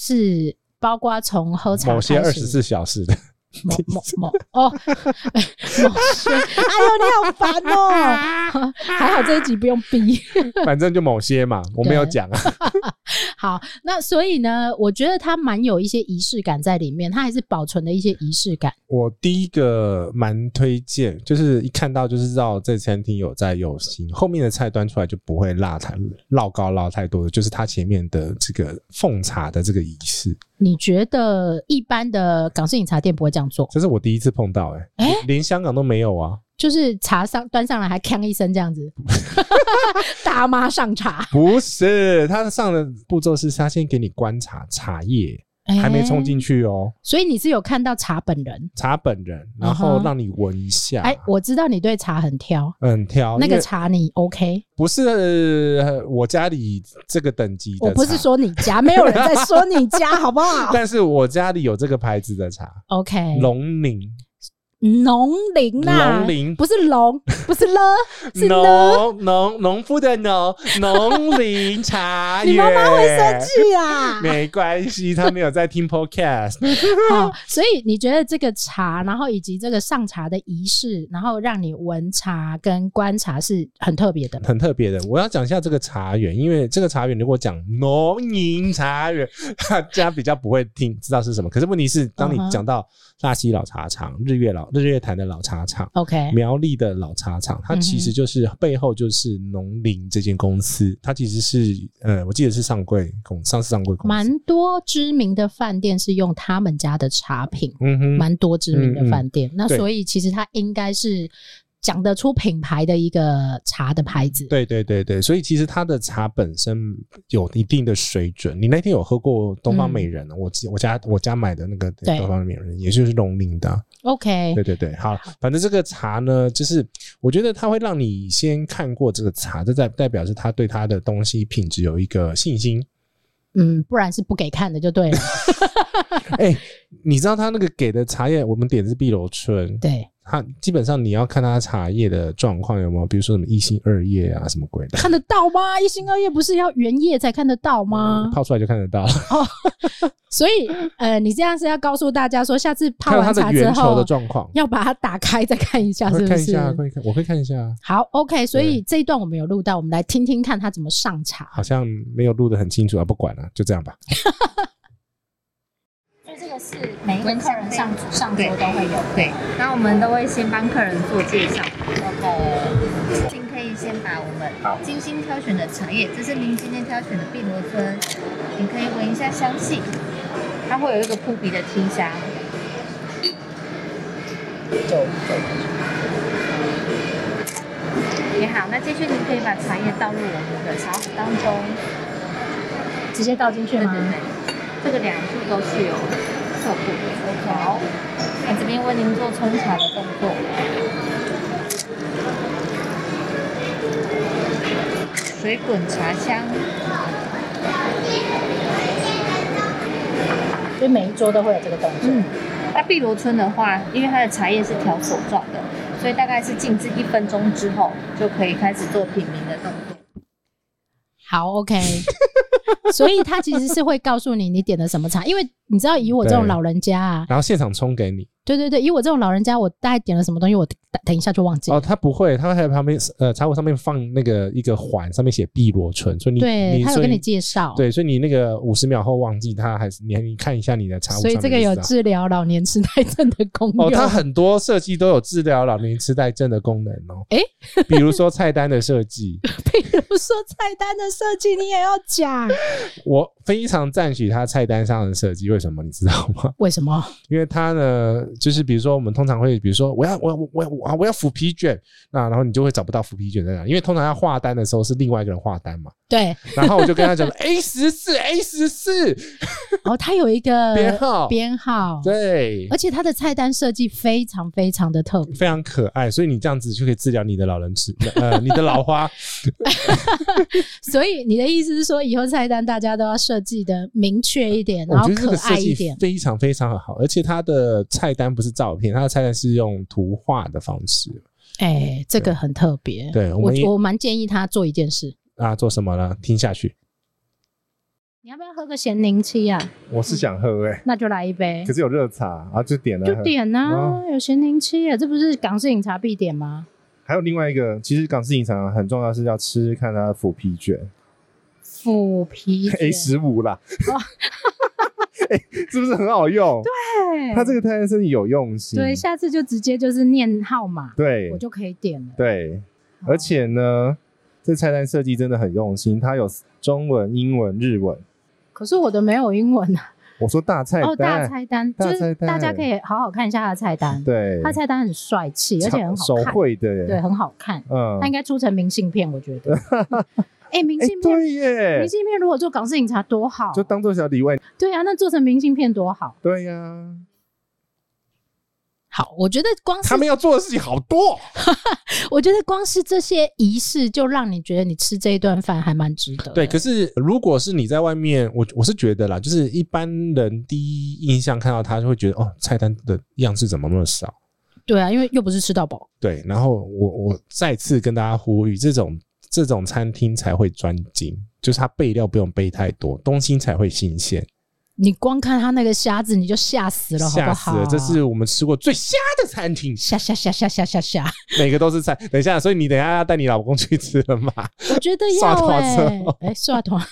[SPEAKER 2] 是包括从喝茶
[SPEAKER 1] 某些
[SPEAKER 2] 开
[SPEAKER 1] 二
[SPEAKER 2] 始
[SPEAKER 1] 十四小时的，
[SPEAKER 2] 某某某哦， 某些，哎呦，你好烦哦！ 还好这一集不用逼。
[SPEAKER 1] 反正就某些嘛，我没有讲啊。
[SPEAKER 2] 好，那所以呢，我觉得它蛮有一些仪式感在里面，它还是保存了一些仪式感。
[SPEAKER 1] 我第一个蛮推荐，就是一看到就是知道这餐厅有在用心，后面的菜端出来就不会辣太烙高烙太多的，就是它前面的这个奉茶的这个仪式，
[SPEAKER 2] 你觉得一般的港式饮茶店不会这样做，
[SPEAKER 1] 这是我第一次碰到、欸，哎、
[SPEAKER 2] 诶
[SPEAKER 1] 连香港都没有啊，
[SPEAKER 2] 就是茶上端上来还锵一声这样 子，大妈上茶，
[SPEAKER 1] 不是，它上的步骤是它先给你观察茶叶，还没冲进
[SPEAKER 2] 哎
[SPEAKER 1] 去哦，
[SPEAKER 2] 所以你是有看到茶本人。
[SPEAKER 1] 茶本人，然
[SPEAKER 2] 嗯
[SPEAKER 1] 后
[SPEAKER 2] 哼
[SPEAKER 1] 让你闻一下，
[SPEAKER 2] 哎、我知道你对茶很挑，
[SPEAKER 1] 很挑
[SPEAKER 2] 那
[SPEAKER 1] 因
[SPEAKER 2] 个
[SPEAKER 1] 为
[SPEAKER 2] 茶你 OK？
[SPEAKER 1] 不是呃我家里这个等级的，
[SPEAKER 2] 我不是。说你家，没有人在说你家，好不 好？
[SPEAKER 1] 但是我家里有这个牌子的茶，
[SPEAKER 2] OK，
[SPEAKER 1] 龙鳞，
[SPEAKER 2] 农林啊啦，
[SPEAKER 1] 农林
[SPEAKER 2] 不是 龙，不是了，是呢。
[SPEAKER 1] 农农农夫的农，农林茶
[SPEAKER 2] 你妈妈会生
[SPEAKER 1] 园。
[SPEAKER 2] 气啊啦
[SPEAKER 1] 哎没关系，他没有在听 podcast。
[SPEAKER 2] 好，所以你觉得这个茶，然后以及这个上茶的仪式，然后让你闻茶跟观察是很特别的。
[SPEAKER 1] 很特别的，我要讲一下这个茶园，因为这个茶园如果讲农营茶园，大家比较不会听知道是什么。可是问题是，当你
[SPEAKER 2] 嗯哼
[SPEAKER 1] 讲到大溪老茶厂、日月老日月潭的老茶厂、
[SPEAKER 2] OK，
[SPEAKER 1] 苗栗的老茶厂，它其实就是背后就是农林这间公司，它其实是呃，我记得是上柜公上市上柜公司，
[SPEAKER 2] 蛮多知名的饭店是用他们家的茶品，
[SPEAKER 1] 嗯哼，嗯
[SPEAKER 2] 蛮多知名的饭店。那
[SPEAKER 1] 对
[SPEAKER 2] 所以其实它应该是讲得出品牌的一个茶的牌子。
[SPEAKER 1] 对对对对，所以其实它的茶本身有一定的水准。你那天有喝过东方美人？啊我我家我家买的那个
[SPEAKER 2] 对
[SPEAKER 1] 东方美人，也就是龙鳞的啊、
[SPEAKER 2] OK，
[SPEAKER 1] 对对对，好，反正这个茶呢，就是我觉得它会让你先看过这个茶，这代代表是他对他的东西品质有一个信心。
[SPEAKER 2] 嗯，不然是不给看的就 对了。
[SPEAKER 1] 哎、你知道他那个给的茶叶，我们点的是碧螺春，
[SPEAKER 2] 对，
[SPEAKER 1] 它基本上你要看它茶叶的状况有没有，比如说什么一心二叶啊，什么鬼的，
[SPEAKER 2] 看得到吗？一心二叶不是要原叶才看得到吗？
[SPEAKER 1] 泡出来就看得到，
[SPEAKER 2] 所以，呃，你这样是要告诉大家说，下次泡
[SPEAKER 1] 看它
[SPEAKER 2] 完
[SPEAKER 1] 的
[SPEAKER 2] 茶之
[SPEAKER 1] 源头
[SPEAKER 2] 后
[SPEAKER 1] 的，状况。
[SPEAKER 2] 要把它打开再看一下，是
[SPEAKER 1] 会
[SPEAKER 2] 不
[SPEAKER 1] 看一
[SPEAKER 2] 是？
[SPEAKER 1] 下，会看，我会看一下。啊
[SPEAKER 2] 好，OK，所以这一段我们有录到，我们来听听看他怎么上茶。
[SPEAKER 1] 好像没有录得很清楚啊，不管了、就这样吧。
[SPEAKER 4] 就这个是每一个客人上桌上桌
[SPEAKER 5] 对
[SPEAKER 4] 都会有，
[SPEAKER 5] 对，那我们都会先帮客人做介绍，然后您可以先把我们精心挑选的茶叶，这是您今天挑选的碧螺春，你可以闻一下香气，它会有一个扑鼻的清香。也好，那接下来您可以把茶叶倒入我们的茶壶当中，
[SPEAKER 2] 直接倒进去
[SPEAKER 5] 对对
[SPEAKER 2] 吗？
[SPEAKER 5] 对，这个两处都是有色布的。好，那这边为您做冲茶的动作。水滚茶香，
[SPEAKER 2] 所以每一桌都会有这个动作。
[SPEAKER 5] 嗯，那碧螺春的话，因为它的茶叶是条索状的，所以大概是静置一分钟之后，就可以开始做品茗的动作。
[SPEAKER 2] 好，OK。所以他其实是会告诉你你点了什么茶，因为你知道，以我这种
[SPEAKER 1] 对
[SPEAKER 2] 老人家啊，
[SPEAKER 1] 然后现场冲给你
[SPEAKER 2] 对对对，以我这种老人家，我大概点了什么东西，我等等一下就忘记了。
[SPEAKER 1] 哦，他不会，他会在旁边呃茶壶上面放那个一个环，上面写碧螺春，所以你
[SPEAKER 2] 对
[SPEAKER 1] 你
[SPEAKER 2] 他有
[SPEAKER 1] 所以
[SPEAKER 2] 跟你介绍，
[SPEAKER 1] 对，所以你那个五十秒后忘记它，还是你你看一下你的茶壶
[SPEAKER 2] 所
[SPEAKER 1] 上面
[SPEAKER 2] 以
[SPEAKER 1] 就啊知道，
[SPEAKER 2] 这个有治疗老年痴呆症的功用。
[SPEAKER 1] 哦，它 很多设计都有治疗老年痴呆症的功能哦。
[SPEAKER 2] 诶
[SPEAKER 1] 比如说菜单的设计，
[SPEAKER 2] 比如说菜单的设计，你也要讲。
[SPEAKER 1] 我非常赞许它菜单上的设计。为什么你知道吗？
[SPEAKER 2] 为什么？
[SPEAKER 1] 因为它呢，就是比如说我们通常会，比如说我要我我我我啊我要腐皮卷，那然后你就会找不到腐皮卷在哪，因为通常要画单的时候是另外一个人画单嘛。
[SPEAKER 2] 对，
[SPEAKER 1] 然后我就跟他讲 A 十四 A 十四
[SPEAKER 2] 哦，它有一 个
[SPEAKER 1] 编号，
[SPEAKER 2] 编号，
[SPEAKER 1] 对
[SPEAKER 2] 而，且它的菜单设计非常非常 的特别。
[SPEAKER 1] 非常可爱，所以你这样子就可以治疗你的老人痴，呃，你的老花。
[SPEAKER 2] 所以你的意思是说，以后菜单大家都要设计的明确一点，
[SPEAKER 1] 我
[SPEAKER 2] 然后
[SPEAKER 1] 觉得这
[SPEAKER 2] 可
[SPEAKER 1] 个设
[SPEAKER 2] 爱一
[SPEAKER 1] 计
[SPEAKER 2] 点。
[SPEAKER 1] 非常非常好，而且它的菜单不是照片，它的菜单是用图画的方式
[SPEAKER 2] 哎、这个很特别。
[SPEAKER 1] 对我
[SPEAKER 2] 我
[SPEAKER 1] 们也
[SPEAKER 2] 我蛮建议他做一件事。
[SPEAKER 1] 啊，做什么呢？听下去，
[SPEAKER 2] 你要不要喝个咸柠七啊？
[SPEAKER 3] 我是想喝哎、
[SPEAKER 2] 那就来一杯
[SPEAKER 3] 可，是有热茶啊，就点了
[SPEAKER 2] 就
[SPEAKER 3] 喝。
[SPEAKER 2] 点啊
[SPEAKER 3] 哦，
[SPEAKER 2] 有咸柠七啊，这不是港式饮茶必点吗？
[SPEAKER 3] 还有另外一个，其实港式饮茶很重要是要吃看它的腐皮卷
[SPEAKER 2] 腐皮
[SPEAKER 3] A 十五啦，哎、是不是很好用？
[SPEAKER 2] 哦对
[SPEAKER 3] 它这个太生意有用心，
[SPEAKER 1] 嗯
[SPEAKER 2] 哎对，下次就直接就是念号码，
[SPEAKER 3] 对
[SPEAKER 2] 我就可以点了。
[SPEAKER 3] 对，而且呢，这菜单设计真的很用心，它有中文、英文、日文。
[SPEAKER 2] 可是我的没有英文啊。
[SPEAKER 3] 我说大菜单，
[SPEAKER 2] 哦，大菜单
[SPEAKER 3] 大
[SPEAKER 2] 就是
[SPEAKER 3] 菜单
[SPEAKER 2] 大家可以好好看一下他的菜单，
[SPEAKER 3] 对，
[SPEAKER 2] 他菜单很帅气，而且很好
[SPEAKER 3] 手
[SPEAKER 2] 看，
[SPEAKER 3] 绘的耶，
[SPEAKER 2] 对，很好看。
[SPEAKER 3] 嗯
[SPEAKER 2] 他应，该出成明信片，我觉 得。哎，明
[SPEAKER 3] 哎
[SPEAKER 2] 信，片，
[SPEAKER 3] 对耶
[SPEAKER 2] 明，信片如果做港式饮茶多好，
[SPEAKER 3] 就当做小礼物，
[SPEAKER 2] 对啊，那做成明信片多好。
[SPEAKER 3] 对呀。
[SPEAKER 2] 好，我觉得光是
[SPEAKER 1] 他们要做的事情好多。
[SPEAKER 2] 我觉得光是这些仪式，就让你觉得你吃这一顿饭还蛮值得的。
[SPEAKER 1] 对，可是如果是你在外面，我我是觉得啦，就是一般人第一印象看到它就会觉得哦，菜单的样式怎么那么少？
[SPEAKER 2] 对啊，因为又不是吃到饱。
[SPEAKER 1] 对，然后我我再次跟大家呼吁，这种这种餐厅才会专精，就是它备料不用备太多，东西才会新鲜。
[SPEAKER 2] 你光看他那个虾子，你就吓死了，好不
[SPEAKER 1] 吓死
[SPEAKER 2] 好？
[SPEAKER 1] 了！这是我们吃过最瞎的餐厅，
[SPEAKER 2] 吓吓吓吓吓吓吓！
[SPEAKER 1] 每个都是菜。等一下，所以你等一下要带你老公去吃了吗？
[SPEAKER 2] 我觉得
[SPEAKER 1] 刷
[SPEAKER 2] 要
[SPEAKER 1] 团
[SPEAKER 2] 哎、
[SPEAKER 1] 之后
[SPEAKER 2] 哎，刷团，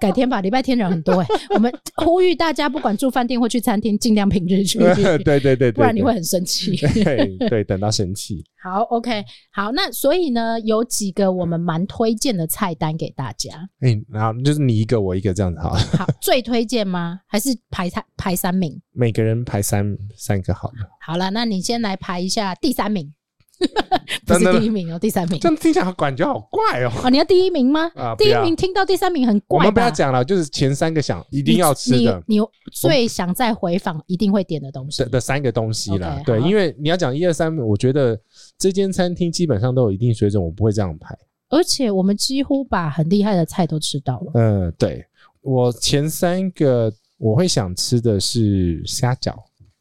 [SPEAKER 2] 改天吧，礼拜天人很 多哎、我们呼吁大家，不管住饭店或去餐厅，尽量平日去，
[SPEAKER 1] 对 对对对对，
[SPEAKER 2] 不然你会很生气。
[SPEAKER 1] 对对等到生气。
[SPEAKER 2] 好，OK，好，那所以呢，有几个我们蛮推荐的菜单给大家。
[SPEAKER 1] 哎、然后就是你一个我一个这样子好了，
[SPEAKER 2] 好，最推荐吗？还是排三排三名？
[SPEAKER 1] 每个人排三三个好了。
[SPEAKER 2] 好了，那你先来排一下第三名，不
[SPEAKER 1] 等
[SPEAKER 2] 是
[SPEAKER 1] 等
[SPEAKER 2] 第一名哦，第三名
[SPEAKER 1] 这。样听起来感觉好怪哦。
[SPEAKER 2] 哦，你要第一名吗？
[SPEAKER 1] 啊，不
[SPEAKER 2] 第一
[SPEAKER 1] 要
[SPEAKER 2] 名听到第三名很
[SPEAKER 1] 我
[SPEAKER 2] 怪
[SPEAKER 1] 们不要
[SPEAKER 2] 吧？
[SPEAKER 1] 讲了，就是前三个想一
[SPEAKER 2] 一
[SPEAKER 1] 定要吃的。
[SPEAKER 2] 你你最想再回访一定会点的东西
[SPEAKER 1] 的。的三个东西啦
[SPEAKER 2] OK，
[SPEAKER 1] 对，
[SPEAKER 2] 好
[SPEAKER 1] 因为你要讲一二三，我觉得这间餐厅基本上都有一定水准，我不会这样排。
[SPEAKER 2] 而且我们几乎把很厉害的菜都吃到了。
[SPEAKER 1] 嗯，对我前三个我会想吃的是虾饺，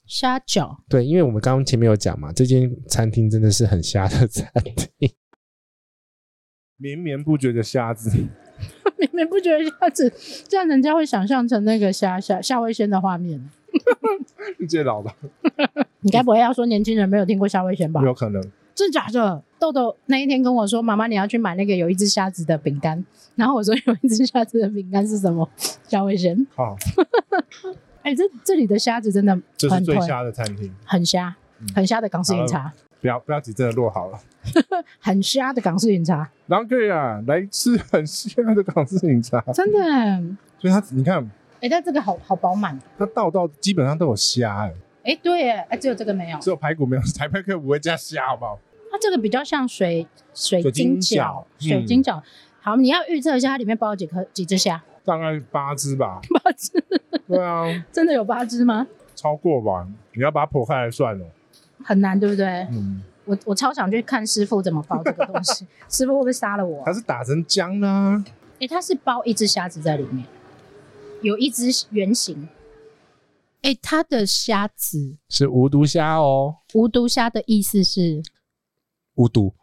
[SPEAKER 2] 虾饺，
[SPEAKER 1] 对，因为我们刚刚前面有讲嘛，这间餐厅真的是很虾的餐厅，
[SPEAKER 3] 绵绵不绝的虾子，
[SPEAKER 2] 你们不觉得这样子，这样人家会想象成那个虾夏夏威鲜的画面？
[SPEAKER 3] 这老了，
[SPEAKER 2] 你该不会要说年轻人没有听过夏威鲜吧？
[SPEAKER 3] 有可能。
[SPEAKER 2] 真假的？豆豆那一天跟我说：“妈妈，你要去买那个有一只虾子的饼干。”然后我说：“有一只虾子的饼干是什么？夏威鲜。
[SPEAKER 3] 好，”
[SPEAKER 2] 哎，这这里的虾子真的
[SPEAKER 3] 这是
[SPEAKER 2] 很
[SPEAKER 3] 最
[SPEAKER 2] 推
[SPEAKER 3] 虾的餐厅，
[SPEAKER 2] 很虾
[SPEAKER 3] 嗯，
[SPEAKER 2] 很虾的港式饮茶，
[SPEAKER 3] 不要不要急，真的落好了。
[SPEAKER 2] 很虾的港式饮茶，
[SPEAKER 3] 然后可以啊，来吃很香的港式饮茶。
[SPEAKER 2] 真的。哎，
[SPEAKER 3] 所以它你看，
[SPEAKER 2] 但这个好好饱满。
[SPEAKER 3] 它道道基本上都有虾、欸，
[SPEAKER 2] 哎，对耶，哎，只有这个没有。
[SPEAKER 3] 只有排骨没有，台排客不会加虾，好不好？
[SPEAKER 2] 它这个比较像水水晶饺，
[SPEAKER 3] 水
[SPEAKER 1] 嗯
[SPEAKER 2] 水
[SPEAKER 3] 晶饺
[SPEAKER 2] 晶饺。好，你要预测一下它里面包有几颗几只虾？
[SPEAKER 3] 大概八只吧，
[SPEAKER 2] 八只，
[SPEAKER 3] 对啊，
[SPEAKER 2] 真的有八只吗？
[SPEAKER 3] 超过吧，你要把它剖开来算哦。
[SPEAKER 2] 很难，对不对？
[SPEAKER 3] 嗯，
[SPEAKER 2] 我我超想去看师傅怎么包这个东西，师傅会不会杀了 我
[SPEAKER 3] 它？是打成浆啦、啊，
[SPEAKER 2] 哎，它是包一只虾子在里面，有一只圆形。哎，它的虾子
[SPEAKER 1] 是无毒虾哦，
[SPEAKER 2] 无毒虾的意思是，
[SPEAKER 1] 无毒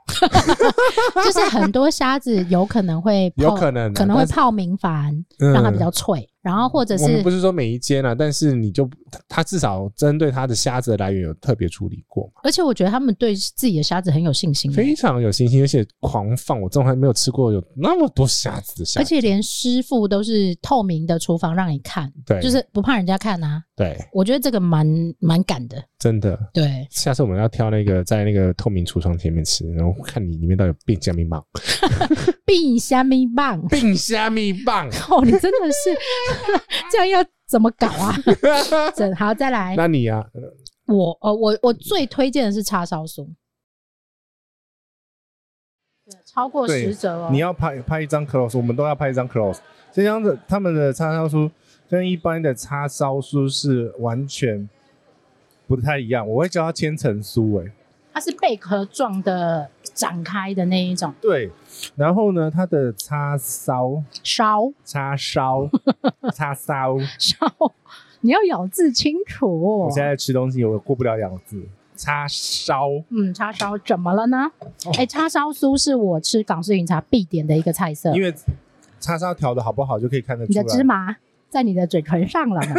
[SPEAKER 2] 就是很多虾子有可能会泡
[SPEAKER 1] 有可能啊
[SPEAKER 2] 可能会
[SPEAKER 1] 但是
[SPEAKER 2] 泡明矾，
[SPEAKER 1] 嗯
[SPEAKER 2] 让它比较脆，然后或者
[SPEAKER 1] 我们
[SPEAKER 2] 是
[SPEAKER 1] 不是说每一间啊，但是你就它它至少针对它的虾子的来源有特别处理过嘛，
[SPEAKER 2] 而且我觉得他们对自己的虾子很有信心，
[SPEAKER 1] 非常有信心，而且狂放，我从来没有吃过有那么多虾子的虾
[SPEAKER 2] 而，且连师傅都是透明的厨房让你看，
[SPEAKER 1] 对，
[SPEAKER 2] 就是不怕人家看啊。
[SPEAKER 1] 对，
[SPEAKER 2] 我觉得这个蛮蛮敢的，
[SPEAKER 1] 真的。
[SPEAKER 2] 对，
[SPEAKER 1] 下次我们要挑那个在那个透明橱窗前面吃，然后看你里面到底有变虾米棒，
[SPEAKER 2] 冰虾米棒，
[SPEAKER 1] 变虾米棒。
[SPEAKER 2] 哦，你真的是 这样要怎么搞 啊？整好再 来，
[SPEAKER 1] 那你啊，
[SPEAKER 2] 我呃我我最推荐的是叉烧酥，超过
[SPEAKER 3] 对
[SPEAKER 2] 十折哦，
[SPEAKER 3] 你要拍拍一张 close，我们都要拍一张 close。这样子，他们的叉烧酥跟一般的叉烧酥是完全不太一样，我会叫它千层酥、欸，
[SPEAKER 2] 它是贝壳状的展开的那一种
[SPEAKER 3] 对，然后呢，它的叉烧、
[SPEAKER 2] 烧
[SPEAKER 3] 叉烧、叉烧，
[SPEAKER 2] 烧，你要咬字清楚、哦
[SPEAKER 3] 我现在吃东西我过不了两个字，叉烧。
[SPEAKER 2] 嗯，叉烧怎么了呢？
[SPEAKER 3] 哦
[SPEAKER 2] 哎、叉烧酥是我吃港式饮茶必点的一个菜色
[SPEAKER 3] 因。为叉烧调的好不好就可以看得
[SPEAKER 2] 你
[SPEAKER 3] 出
[SPEAKER 2] 的芝
[SPEAKER 3] 来。
[SPEAKER 2] 麻在你的嘴唇上了吗？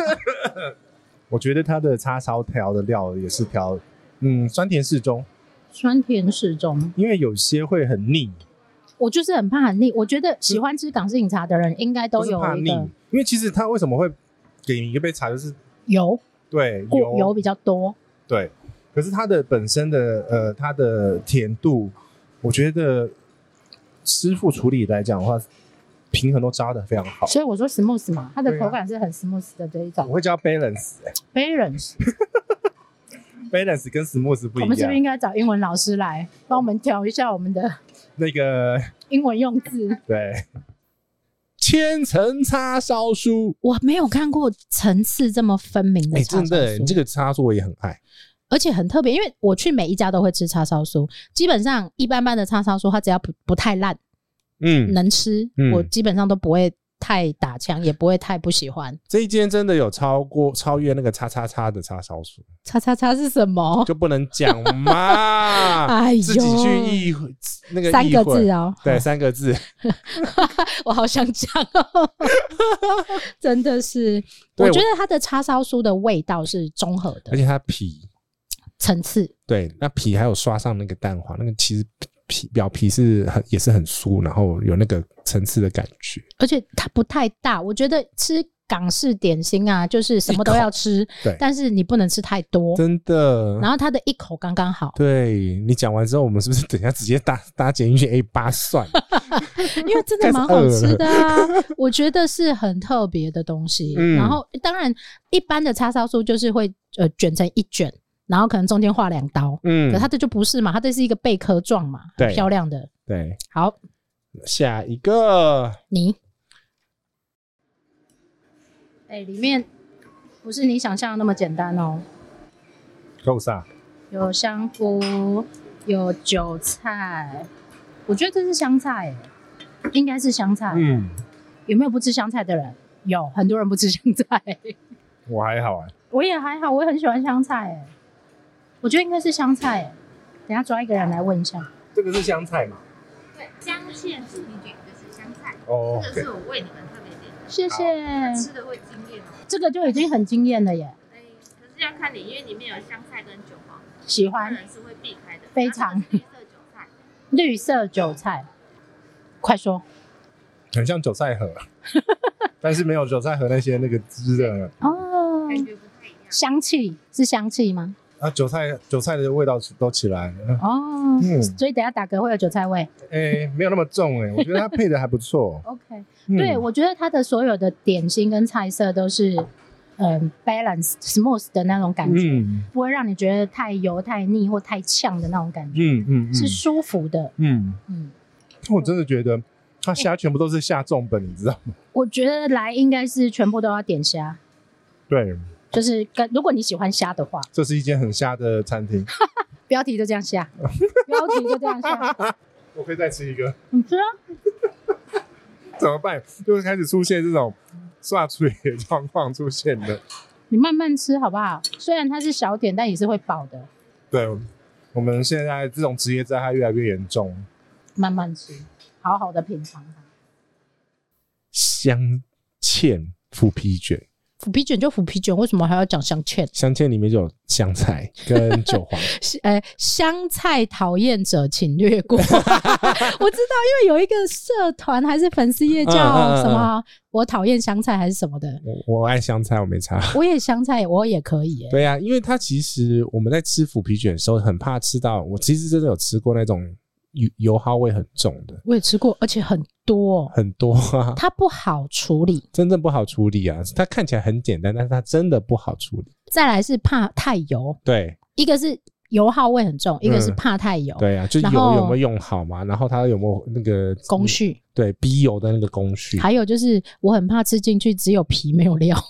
[SPEAKER 3] 我觉得它的叉烧调的料也是调，嗯，酸甜适中，
[SPEAKER 2] 酸甜适中，
[SPEAKER 3] 因为有些会很腻，
[SPEAKER 2] 我就是很怕很腻。我觉得喜欢吃港式饮茶的人应该都
[SPEAKER 3] 不是
[SPEAKER 2] 有
[SPEAKER 3] 怕
[SPEAKER 2] 一
[SPEAKER 3] 腻
[SPEAKER 2] 个。
[SPEAKER 3] 因为其实它为什么会给你一杯茶，就是
[SPEAKER 2] 油
[SPEAKER 3] 对
[SPEAKER 2] 过
[SPEAKER 3] 油
[SPEAKER 2] 油比较多，
[SPEAKER 3] 对，可是它的本身的呃它的甜度，我觉得师傅处理来讲的话，平衡都抓的非常好。
[SPEAKER 2] 所以我说 smooth 嘛，它的
[SPEAKER 3] 对啊
[SPEAKER 2] 口感是很 smooth 的这一
[SPEAKER 3] 我
[SPEAKER 2] 种
[SPEAKER 3] 会叫 balance，balance、
[SPEAKER 2] balance。
[SPEAKER 3] balance 跟 smooth 不
[SPEAKER 2] 我们
[SPEAKER 3] 一
[SPEAKER 2] 是不是
[SPEAKER 3] 样
[SPEAKER 2] 应。该找英文老师来帮我们调一下我们的
[SPEAKER 3] 那个
[SPEAKER 2] 英文用字？
[SPEAKER 3] 对，
[SPEAKER 1] 千层叉烧酥，
[SPEAKER 2] 我没有看过层次这么分明
[SPEAKER 1] 哎、
[SPEAKER 2] 的叉烧
[SPEAKER 1] 真的，
[SPEAKER 2] 酥
[SPEAKER 1] 你这个叉烧酥我也很爱。
[SPEAKER 2] 而且很特别，因为我去每一家都会吃叉烧酥，基本上一般般的叉烧酥，它只要不不太烂，
[SPEAKER 1] 嗯，
[SPEAKER 2] 能吃，
[SPEAKER 1] 嗯
[SPEAKER 2] 我基本上都不会太打枪，也不会太不喜欢。
[SPEAKER 1] 这一间真的有超过超越那个叉叉叉的叉烧酥，
[SPEAKER 2] 叉叉叉是什么？
[SPEAKER 1] 就不能讲嘛。
[SPEAKER 2] 哎呦
[SPEAKER 1] 自己去议会那个
[SPEAKER 2] 三
[SPEAKER 1] 议
[SPEAKER 2] 个
[SPEAKER 1] 会
[SPEAKER 2] 字哦，
[SPEAKER 1] 对，三个字。
[SPEAKER 2] 我好想讲哦， 真的是，
[SPEAKER 1] 对
[SPEAKER 2] 我
[SPEAKER 1] 我
[SPEAKER 2] 觉得它的叉烧酥的味道是综合
[SPEAKER 1] 而
[SPEAKER 2] 的
[SPEAKER 1] 且它皮，
[SPEAKER 2] 层次，
[SPEAKER 1] 对，那皮还有刷上那个蛋黄，那个其实皮表皮是很也是很酥，然后有那个层次的感觉。
[SPEAKER 2] 而且它不太大，我觉得吃。港式点心啊，就是什么都要吃
[SPEAKER 1] 对，
[SPEAKER 2] 但是你不能吃太 多。
[SPEAKER 1] 真的。
[SPEAKER 2] 然后它的一口刚刚好，
[SPEAKER 1] 对你讲完之后，我们是不是等一下直接搭搭捷运去 A 八算？
[SPEAKER 2] 因为真的蛮好吃的啊， 我觉得是很特别的东西。
[SPEAKER 1] 嗯
[SPEAKER 2] 然后当然，一般的叉烧酥就是会呃卷成一卷，然后可能中间划两刀，可
[SPEAKER 1] 嗯
[SPEAKER 2] 它这就不是嘛，它这是一个贝壳状嘛，很
[SPEAKER 1] 对
[SPEAKER 2] 漂亮的。
[SPEAKER 1] 对，
[SPEAKER 2] 好，
[SPEAKER 1] 下一个
[SPEAKER 2] 你，哎、里面不是你想象的那么简单哦，
[SPEAKER 3] 够啥？
[SPEAKER 2] 有香菇，有韭菜，我觉得这是香菜耶，应该是香菜。
[SPEAKER 3] 嗯，
[SPEAKER 2] 有没有不吃香菜的人？有很多人不吃香菜，
[SPEAKER 3] 我还好啊。
[SPEAKER 2] 我也还好，我也很喜欢香菜耶，我觉得应该是香菜耶。等一下抓一个人来问一下，
[SPEAKER 3] 这个是香菜嘛？
[SPEAKER 5] 对，姜线煮一点，这是香菜，
[SPEAKER 3] 哦
[SPEAKER 5] 这个是我为你们特别点的，
[SPEAKER 2] 谢谢。
[SPEAKER 5] 吃的会惊艳哦。
[SPEAKER 2] 这个就已经很惊艳了耶，
[SPEAKER 5] 哎，可是要看你，因为里面有香菜跟韭黄，
[SPEAKER 2] 喜
[SPEAKER 5] 当
[SPEAKER 2] 欢
[SPEAKER 5] 人是会避开的。
[SPEAKER 2] 非常
[SPEAKER 5] 它这个是绿色
[SPEAKER 2] 绿色韭
[SPEAKER 5] 韭菜，
[SPEAKER 2] 菜，快说。
[SPEAKER 3] 很像韭菜盒，啊 但是没有韭菜盒那些那个汁的
[SPEAKER 2] 哦，
[SPEAKER 5] 感觉不太一样。
[SPEAKER 2] 香气是香气吗？
[SPEAKER 3] 啊，韭菜韭菜的味道都起来了。嗯
[SPEAKER 2] 哦，
[SPEAKER 3] 嗯
[SPEAKER 2] 所以等一下打嗝会有韭菜味。。
[SPEAKER 3] 哎、没有那么重哎、我觉得它配的还不错
[SPEAKER 2] OK，、
[SPEAKER 3] 嗯
[SPEAKER 2] 对我觉得它的所有的点心跟菜色都是嗯 balance smooth 的那种感觉，
[SPEAKER 3] 嗯
[SPEAKER 2] 不会让你觉得太油、太腻或太呛的那种感觉，
[SPEAKER 3] 嗯嗯嗯
[SPEAKER 2] 是舒服的。
[SPEAKER 3] 嗯，
[SPEAKER 2] 嗯，
[SPEAKER 3] 我真的觉得它虾全部都是下重本，你知道吗？
[SPEAKER 2] 我觉得来应该是全部都要点虾，
[SPEAKER 3] 对，
[SPEAKER 2] 就是跟如果你喜欢虾的话，
[SPEAKER 3] 这是一间很虾的餐厅。
[SPEAKER 2] 标题就这样 下，标题就这样下，
[SPEAKER 3] 我可以再吃一个，
[SPEAKER 2] 你吃啊。
[SPEAKER 3] 怎么办？就开始出现这种刷嘴的状况出现了。
[SPEAKER 2] 你慢慢吃好不好？虽然它是小点，但也是会饱的。
[SPEAKER 3] 对，我们现在这种职业灾害越来越严重。
[SPEAKER 2] 慢慢吃，好好的品尝它。
[SPEAKER 1] 香芡腐皮卷，
[SPEAKER 2] 腐皮卷就腐皮卷，为什么还要讲香芡？
[SPEAKER 1] 香芡里面就有香菜跟韭黄，
[SPEAKER 2] 呃，香菜讨厌者请略过。 我知道，因为有一个社团还是粉丝页叫
[SPEAKER 1] 嗯嗯嗯
[SPEAKER 2] 什么“我讨厌香菜”还是什么的。
[SPEAKER 1] 我我爱香菜，我没差。
[SPEAKER 2] 我也香菜，我也可以耶、
[SPEAKER 1] 对呀、因为它其实我们在吃腐皮卷的时候，很怕吃到。我其实真的有吃过那种油油耗味很重的，
[SPEAKER 2] 我也吃过，而且很多，哦
[SPEAKER 1] 很多啊，
[SPEAKER 2] 它不好处理。
[SPEAKER 1] 真正不好处理啊。它看起来很简单，但是它真的不好处理。
[SPEAKER 2] 再来是怕太油，
[SPEAKER 1] 对
[SPEAKER 2] 一个是油耗味很重，一个是
[SPEAKER 1] 嗯
[SPEAKER 2] 怕太油。
[SPEAKER 1] 对啊，就是
[SPEAKER 2] 哦然
[SPEAKER 1] 油
[SPEAKER 2] 后
[SPEAKER 1] 有没有用好嘛？然后它有没有那个嗯
[SPEAKER 2] 工？序，
[SPEAKER 1] 对，逼油的那个工序。
[SPEAKER 2] 还有就是我很怕吃进去只有皮没有料。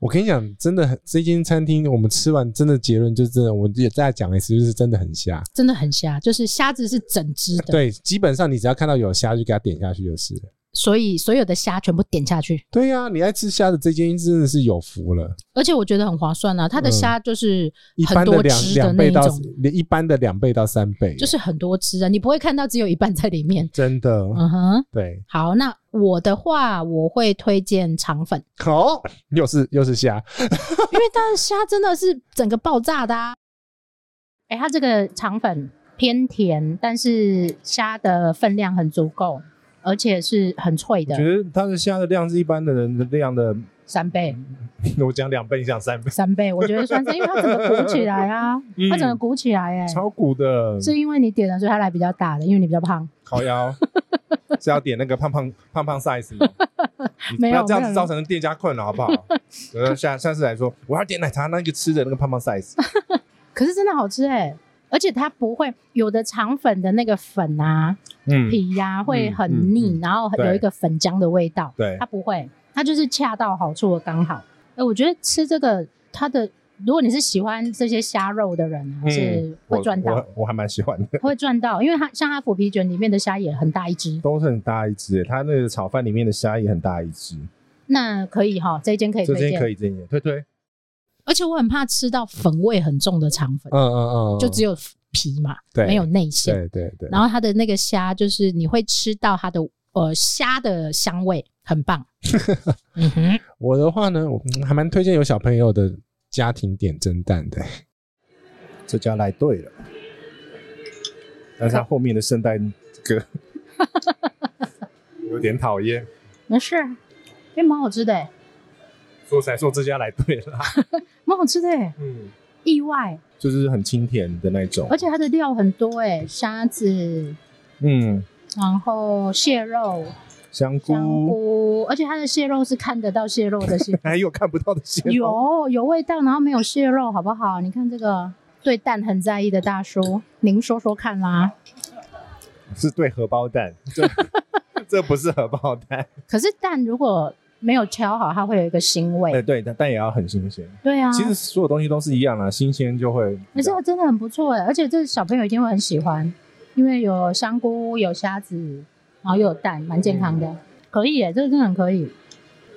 [SPEAKER 1] 我跟你讲，真的很，这间餐厅我们吃完，真的结论就是真的，我也再讲一次，就是真的很瞎。
[SPEAKER 2] 真的很瞎，就是虾子是整只的，
[SPEAKER 1] 对，基本上你只要看到有虾，就给它点下去就是了。
[SPEAKER 2] 所以所有的虾全部点下去，
[SPEAKER 1] 对呀、你爱吃虾的这间真的是有福了，
[SPEAKER 2] 而且我觉得很划算啊，它的虾就是
[SPEAKER 1] 嗯一
[SPEAKER 2] 很
[SPEAKER 1] 般
[SPEAKER 2] 多
[SPEAKER 1] 两
[SPEAKER 2] 只
[SPEAKER 1] 两
[SPEAKER 2] 那
[SPEAKER 1] 倍
[SPEAKER 2] 一
[SPEAKER 1] 到
[SPEAKER 2] 种，
[SPEAKER 1] 一般的两倍到三倍，
[SPEAKER 2] 就是很多只啊，你不会看到只有一半在里面。
[SPEAKER 1] 真的。
[SPEAKER 2] 嗯哼，
[SPEAKER 1] 对，
[SPEAKER 2] 好，那我的话我会推荐肠粉，
[SPEAKER 1] 好、又是又是虾，
[SPEAKER 2] 因为它的虾真的是整个爆炸的啊。哎、它这个肠粉偏甜，但是虾的分量很足够，而且是很脆的
[SPEAKER 3] 我觉，得它的虾的量是一般的人的量的，
[SPEAKER 2] 三倍。
[SPEAKER 3] 我讲两倍，你讲三倍，
[SPEAKER 2] 三倍，我觉得算是，因为它整个鼓起来啊，
[SPEAKER 3] 嗯
[SPEAKER 2] 它整个鼓起来哎、
[SPEAKER 1] 嗯
[SPEAKER 3] 超鼓的，
[SPEAKER 2] 是因为你点的，所以它来比较大的，因为你比较胖。
[SPEAKER 3] 烤 腰是要点那个胖胖胖胖 size 吗？你
[SPEAKER 2] 没有
[SPEAKER 3] 不要这样
[SPEAKER 2] 没有
[SPEAKER 3] 子造成店家困扰，好不好？然后下下次来说，我要点奶茶那个吃的那个胖胖 size，
[SPEAKER 2] 可是真的好吃哎、而且它不会有的肠粉的那个粉啊、
[SPEAKER 3] 嗯，
[SPEAKER 2] 皮呀、会
[SPEAKER 3] 嗯
[SPEAKER 2] 很
[SPEAKER 3] 嗯
[SPEAKER 2] 腻，然后
[SPEAKER 3] 对
[SPEAKER 2] 有一个粉浆的味道。
[SPEAKER 3] 对
[SPEAKER 2] 它不会，它就是恰到好处的刚好。哎，我觉得吃这个它的，如果你是喜欢这些虾肉的人啊，
[SPEAKER 3] 嗯
[SPEAKER 2] 是会
[SPEAKER 3] 我
[SPEAKER 2] 赚到
[SPEAKER 3] 我，我还蛮喜欢的，
[SPEAKER 2] 会赚到，因为它像它腐皮卷里面的虾也很大一只，
[SPEAKER 3] 都是很大一只耶，它那个炒饭里面的虾也很大一只，
[SPEAKER 2] 那可以哈，这一间可以
[SPEAKER 3] 这
[SPEAKER 2] 推
[SPEAKER 3] 间
[SPEAKER 2] 荐
[SPEAKER 3] 可。以，这间推推，
[SPEAKER 2] 而且我很怕吃到粉味很重的肠粉，
[SPEAKER 1] 嗯嗯嗯，
[SPEAKER 2] 就只
[SPEAKER 1] 有
[SPEAKER 2] 有皮嘛，
[SPEAKER 1] 对
[SPEAKER 2] 没有内馅。
[SPEAKER 1] 对对对，
[SPEAKER 2] 然后它的那个虾，就是你会吃到它的呃虾的香味，很 棒。嗯哼，
[SPEAKER 1] 我的话呢，我嗯还蛮推荐有小朋友的家庭点蒸蛋的，
[SPEAKER 3] 这家来对了，但是它后面的圣诞 歌有点讨厌，
[SPEAKER 2] 没事，哎，蛮好吃的，
[SPEAKER 3] 所以我才说这家来对了，
[SPEAKER 2] 蛮好吃的，
[SPEAKER 3] 嗯，
[SPEAKER 2] 意外。
[SPEAKER 3] 就是很清甜的那种
[SPEAKER 2] 而，且它的料很多哎，虾子，
[SPEAKER 3] 嗯。
[SPEAKER 2] 然后蟹肉，
[SPEAKER 3] 香菇，，
[SPEAKER 2] 香菇，而且它的蟹肉是看得到蟹肉的蟹
[SPEAKER 3] 还有哎看不到的蟹肉，
[SPEAKER 2] 有有味道，然后没有蟹肉，好不好？你看这个对蛋很在意的大叔，您说说看啦。
[SPEAKER 3] 是对荷 包蛋，这这不是荷包蛋，
[SPEAKER 2] 可是蛋如果没有挑好，它会有一个腥味。
[SPEAKER 3] 哎，对，但但也要很新鲜。
[SPEAKER 2] 对啊，
[SPEAKER 3] 其实所有东西都是一样啦，啊新鲜就会比
[SPEAKER 2] 可是
[SPEAKER 3] 较。
[SPEAKER 2] 这个真的很不错哎，而且这小朋友一定会很喜欢，因为有香菇、有虾子，然后又有蛋，蛮健康
[SPEAKER 3] 嗯
[SPEAKER 2] 的。可以欸耶，这个真的很可以，
[SPEAKER 3] 因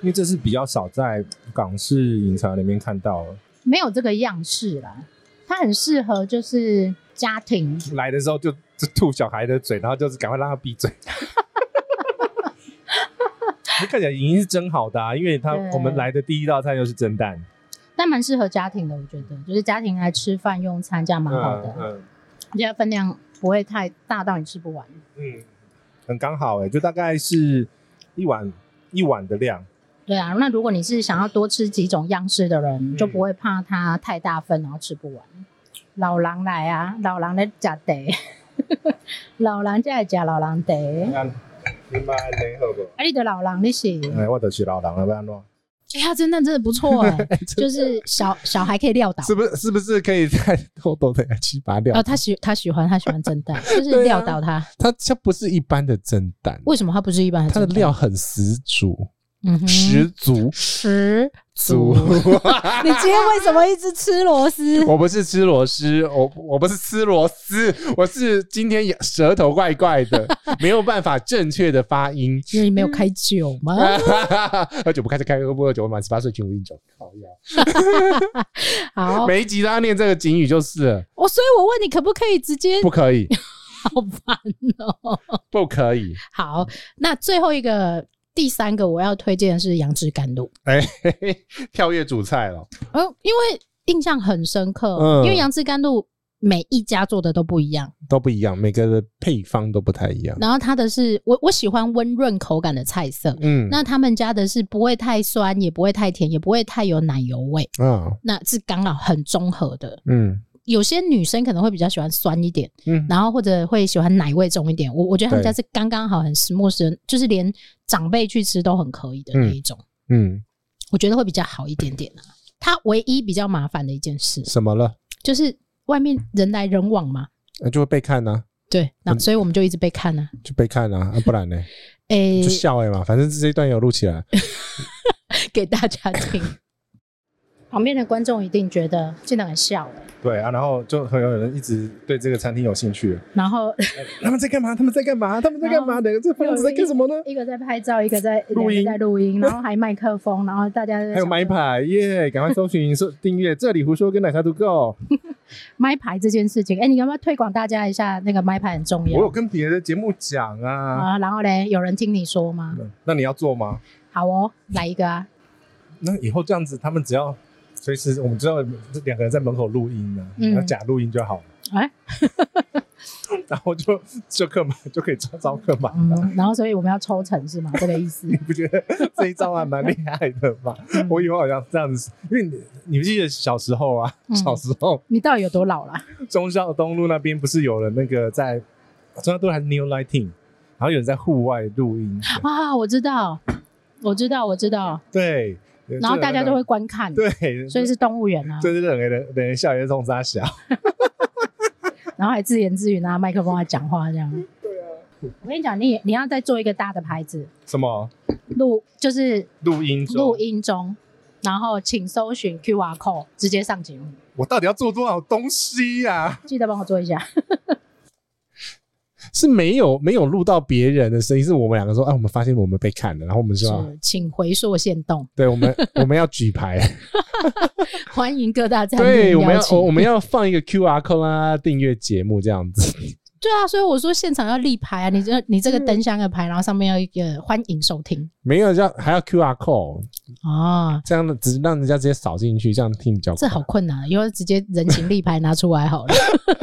[SPEAKER 3] 为这是比较少在港式饮茶里面看到的。
[SPEAKER 2] 没有这个样式啦，它很适合就是家庭。
[SPEAKER 3] 来的时候就就吐小孩的嘴，然后就是赶快让他闭 嘴。看起来已经是蒸好的、啊，因为他
[SPEAKER 2] 对
[SPEAKER 3] 我们来的第一道菜就是蒸蛋，
[SPEAKER 2] 但蛮适合家庭的，我觉得，就是家庭来吃饭用餐，这样蛮好的。
[SPEAKER 3] 嗯
[SPEAKER 2] 我觉得分量不会太大到你吃不完。
[SPEAKER 3] 嗯，很刚好哎、就大概是一碗一碗的量，
[SPEAKER 2] 对啊，那如果你是想要多吃几种样式的人，
[SPEAKER 1] 嗯
[SPEAKER 2] 就不会怕它太大份然后吃不完。老狼来啊，老狼来加得， 老狼在加老狼得。
[SPEAKER 3] 看你妈联合不？
[SPEAKER 2] 啊，你的老狼你是？
[SPEAKER 3] 哎，我就是老狼了，不然弄。
[SPEAKER 2] 哎呀，真的真的不错 哎、就是小小孩可以撂倒。
[SPEAKER 1] 是不是是不是可以再偷偷的去把它
[SPEAKER 2] 哦，
[SPEAKER 1] 掉？
[SPEAKER 2] 他喜他喜欢他喜欢 蒸蛋，就是
[SPEAKER 1] 对啊
[SPEAKER 2] 撂倒他。
[SPEAKER 1] 它它不是一般的蒸蛋，
[SPEAKER 2] 为什么他不是一般
[SPEAKER 1] 它的
[SPEAKER 2] 蒸蛋
[SPEAKER 1] 料很十足，
[SPEAKER 2] 嗯哼
[SPEAKER 1] 十足
[SPEAKER 2] 十
[SPEAKER 1] 足
[SPEAKER 2] 足。。你今天为什么一直吃螺 丝？
[SPEAKER 1] 我不是吃螺丝，我我不是吃螺丝，我是今天也舌头怪怪 的，没有办法正确的发音。
[SPEAKER 2] 因为你没有开酒 吗？
[SPEAKER 1] 嗯喝酒不开车开，喝不喝酒我满十八岁请勿饮酒。靠腰
[SPEAKER 2] 好，
[SPEAKER 1] 每一集都要念这个警语就是了，
[SPEAKER 2] 我所以，我问你可不可以直接？
[SPEAKER 1] 不可以，
[SPEAKER 2] 好烦哦。
[SPEAKER 1] 不可以。
[SPEAKER 2] 好，那最后一个。第三个我要推荐的是杨枝甘露，
[SPEAKER 1] 哎、嘿嘿跳跃主菜了。
[SPEAKER 2] 嗯、因为印象很深刻，哦
[SPEAKER 1] 嗯
[SPEAKER 2] 因为杨枝甘露每一家做的都不一样，
[SPEAKER 1] 都不一样，每个的配方都不太一样。
[SPEAKER 2] 然后它的是我我喜欢温润口感的菜色，
[SPEAKER 1] 嗯，
[SPEAKER 2] 那他们家的是不会太酸，也不会太甜，也不会太有奶油味，
[SPEAKER 1] 啊，
[SPEAKER 2] 那是刚好很中和的。
[SPEAKER 1] 嗯
[SPEAKER 2] 有些女生可能会比较喜欢酸一点，
[SPEAKER 1] 嗯，
[SPEAKER 2] 然后或者会喜欢奶味重一点。我我觉得他们
[SPEAKER 1] 对
[SPEAKER 2] 家是刚刚好，很 smooth，就是连长辈去吃都很可以的那一种，
[SPEAKER 1] 嗯，
[SPEAKER 2] 我觉得会比较好一点点啊。它唯一比较麻烦的一件事
[SPEAKER 1] 什么了？
[SPEAKER 2] 就是外面人来人往嘛，
[SPEAKER 1] 那就会被看呢，
[SPEAKER 2] 对，那
[SPEAKER 1] 嗯
[SPEAKER 2] 所以我们就一直被看啊。
[SPEAKER 1] 就被看啊，啊不 然呢？
[SPEAKER 2] 诶、
[SPEAKER 1] 就笑哎嘛，反正这一段有录起来。
[SPEAKER 2] 给大家听，旁边的观众一定觉得真的很笑了，
[SPEAKER 3] 对啊，然后 就很有人一直对这个餐厅有兴趣了。
[SPEAKER 2] 然 后
[SPEAKER 3] 他们在干嘛？他们在干嘛？他们在干
[SPEAKER 2] 哦
[SPEAKER 3] 嘛？两个这疯子在干什么呢？
[SPEAKER 2] 一个在拍照，一个在
[SPEAKER 3] 录音
[SPEAKER 2] 两个在录 音，然后还麦克风，然后大家在
[SPEAKER 3] 还有
[SPEAKER 2] 想
[SPEAKER 3] 买
[SPEAKER 2] 说
[SPEAKER 3] 牌耶！赶快搜寻、搜订阅，这里胡说跟奶茶都够。
[SPEAKER 2] 麦牌这件事情。哎、你要不要推广大家一下？那个麦牌很重
[SPEAKER 3] 我有
[SPEAKER 2] 要
[SPEAKER 3] 跟别的节目讲啊，
[SPEAKER 2] 啊。然后嘞，有人听你说吗？
[SPEAKER 3] 嗯那你要做吗？
[SPEAKER 2] 好哦，来一个啊。
[SPEAKER 3] 那以后这样子，他们只要随时，我们知道这两个人在门口录音呢、啊，
[SPEAKER 2] 嗯
[SPEAKER 3] 然后假录音就好了。
[SPEAKER 2] 哎
[SPEAKER 3] 然后就就客满就可以招招客满 了。
[SPEAKER 2] 嗯，然后所以我们要抽成是吗？这个意思。
[SPEAKER 3] 你不觉得这一招还蛮厉害的吗？
[SPEAKER 2] 嗯
[SPEAKER 3] 我以后好像这样子，因为你你不记得小时候啊，
[SPEAKER 2] 嗯
[SPEAKER 3] 小时候
[SPEAKER 2] 你到底有多老啦？
[SPEAKER 3] 忠孝东路那边不是有人那个在忠孝东路还是 New Lighting，然后有人在户外录 音，
[SPEAKER 2] 啊，我知道，我知道，我知道。
[SPEAKER 3] 对，
[SPEAKER 2] 然后大家都会观看，
[SPEAKER 3] 对，
[SPEAKER 2] 所以是动物园啊。
[SPEAKER 3] 就是等于等于校园冲杀小，
[SPEAKER 2] 然后还自言自语啊拿麦克风来讲话这样。对啊，我跟你讲，你也你要再做一个大的牌子，
[SPEAKER 3] 什么
[SPEAKER 2] 录就是
[SPEAKER 3] 录音中
[SPEAKER 2] 录，音中，然后请搜寻 QR code 直接上节目，
[SPEAKER 3] 我到底要做多少东西呀、
[SPEAKER 2] 记得帮我做一下。
[SPEAKER 1] 是没有没有录到别人的声音，是我们两个说，哎，我们发现我们被看了，然后我们说，
[SPEAKER 2] 是，请回溯限动，
[SPEAKER 1] 对，我们我们要举牌，
[SPEAKER 2] 欢迎各大站
[SPEAKER 1] 对，我们要我我们
[SPEAKER 2] 要
[SPEAKER 1] 要放一个 QR code 让大家订阅节目这样子，
[SPEAKER 2] 对啊，所以我说现场要立牌啊，你这你这个灯箱的牌，然后上面要一个欢迎收听
[SPEAKER 1] 没有要还要 QR code，
[SPEAKER 2] 啊。
[SPEAKER 1] 这样的只让人家直接扫进去，这样听比较
[SPEAKER 2] 这
[SPEAKER 1] 快。
[SPEAKER 2] 好困难，啊以后直接人形立牌拿出来 好了。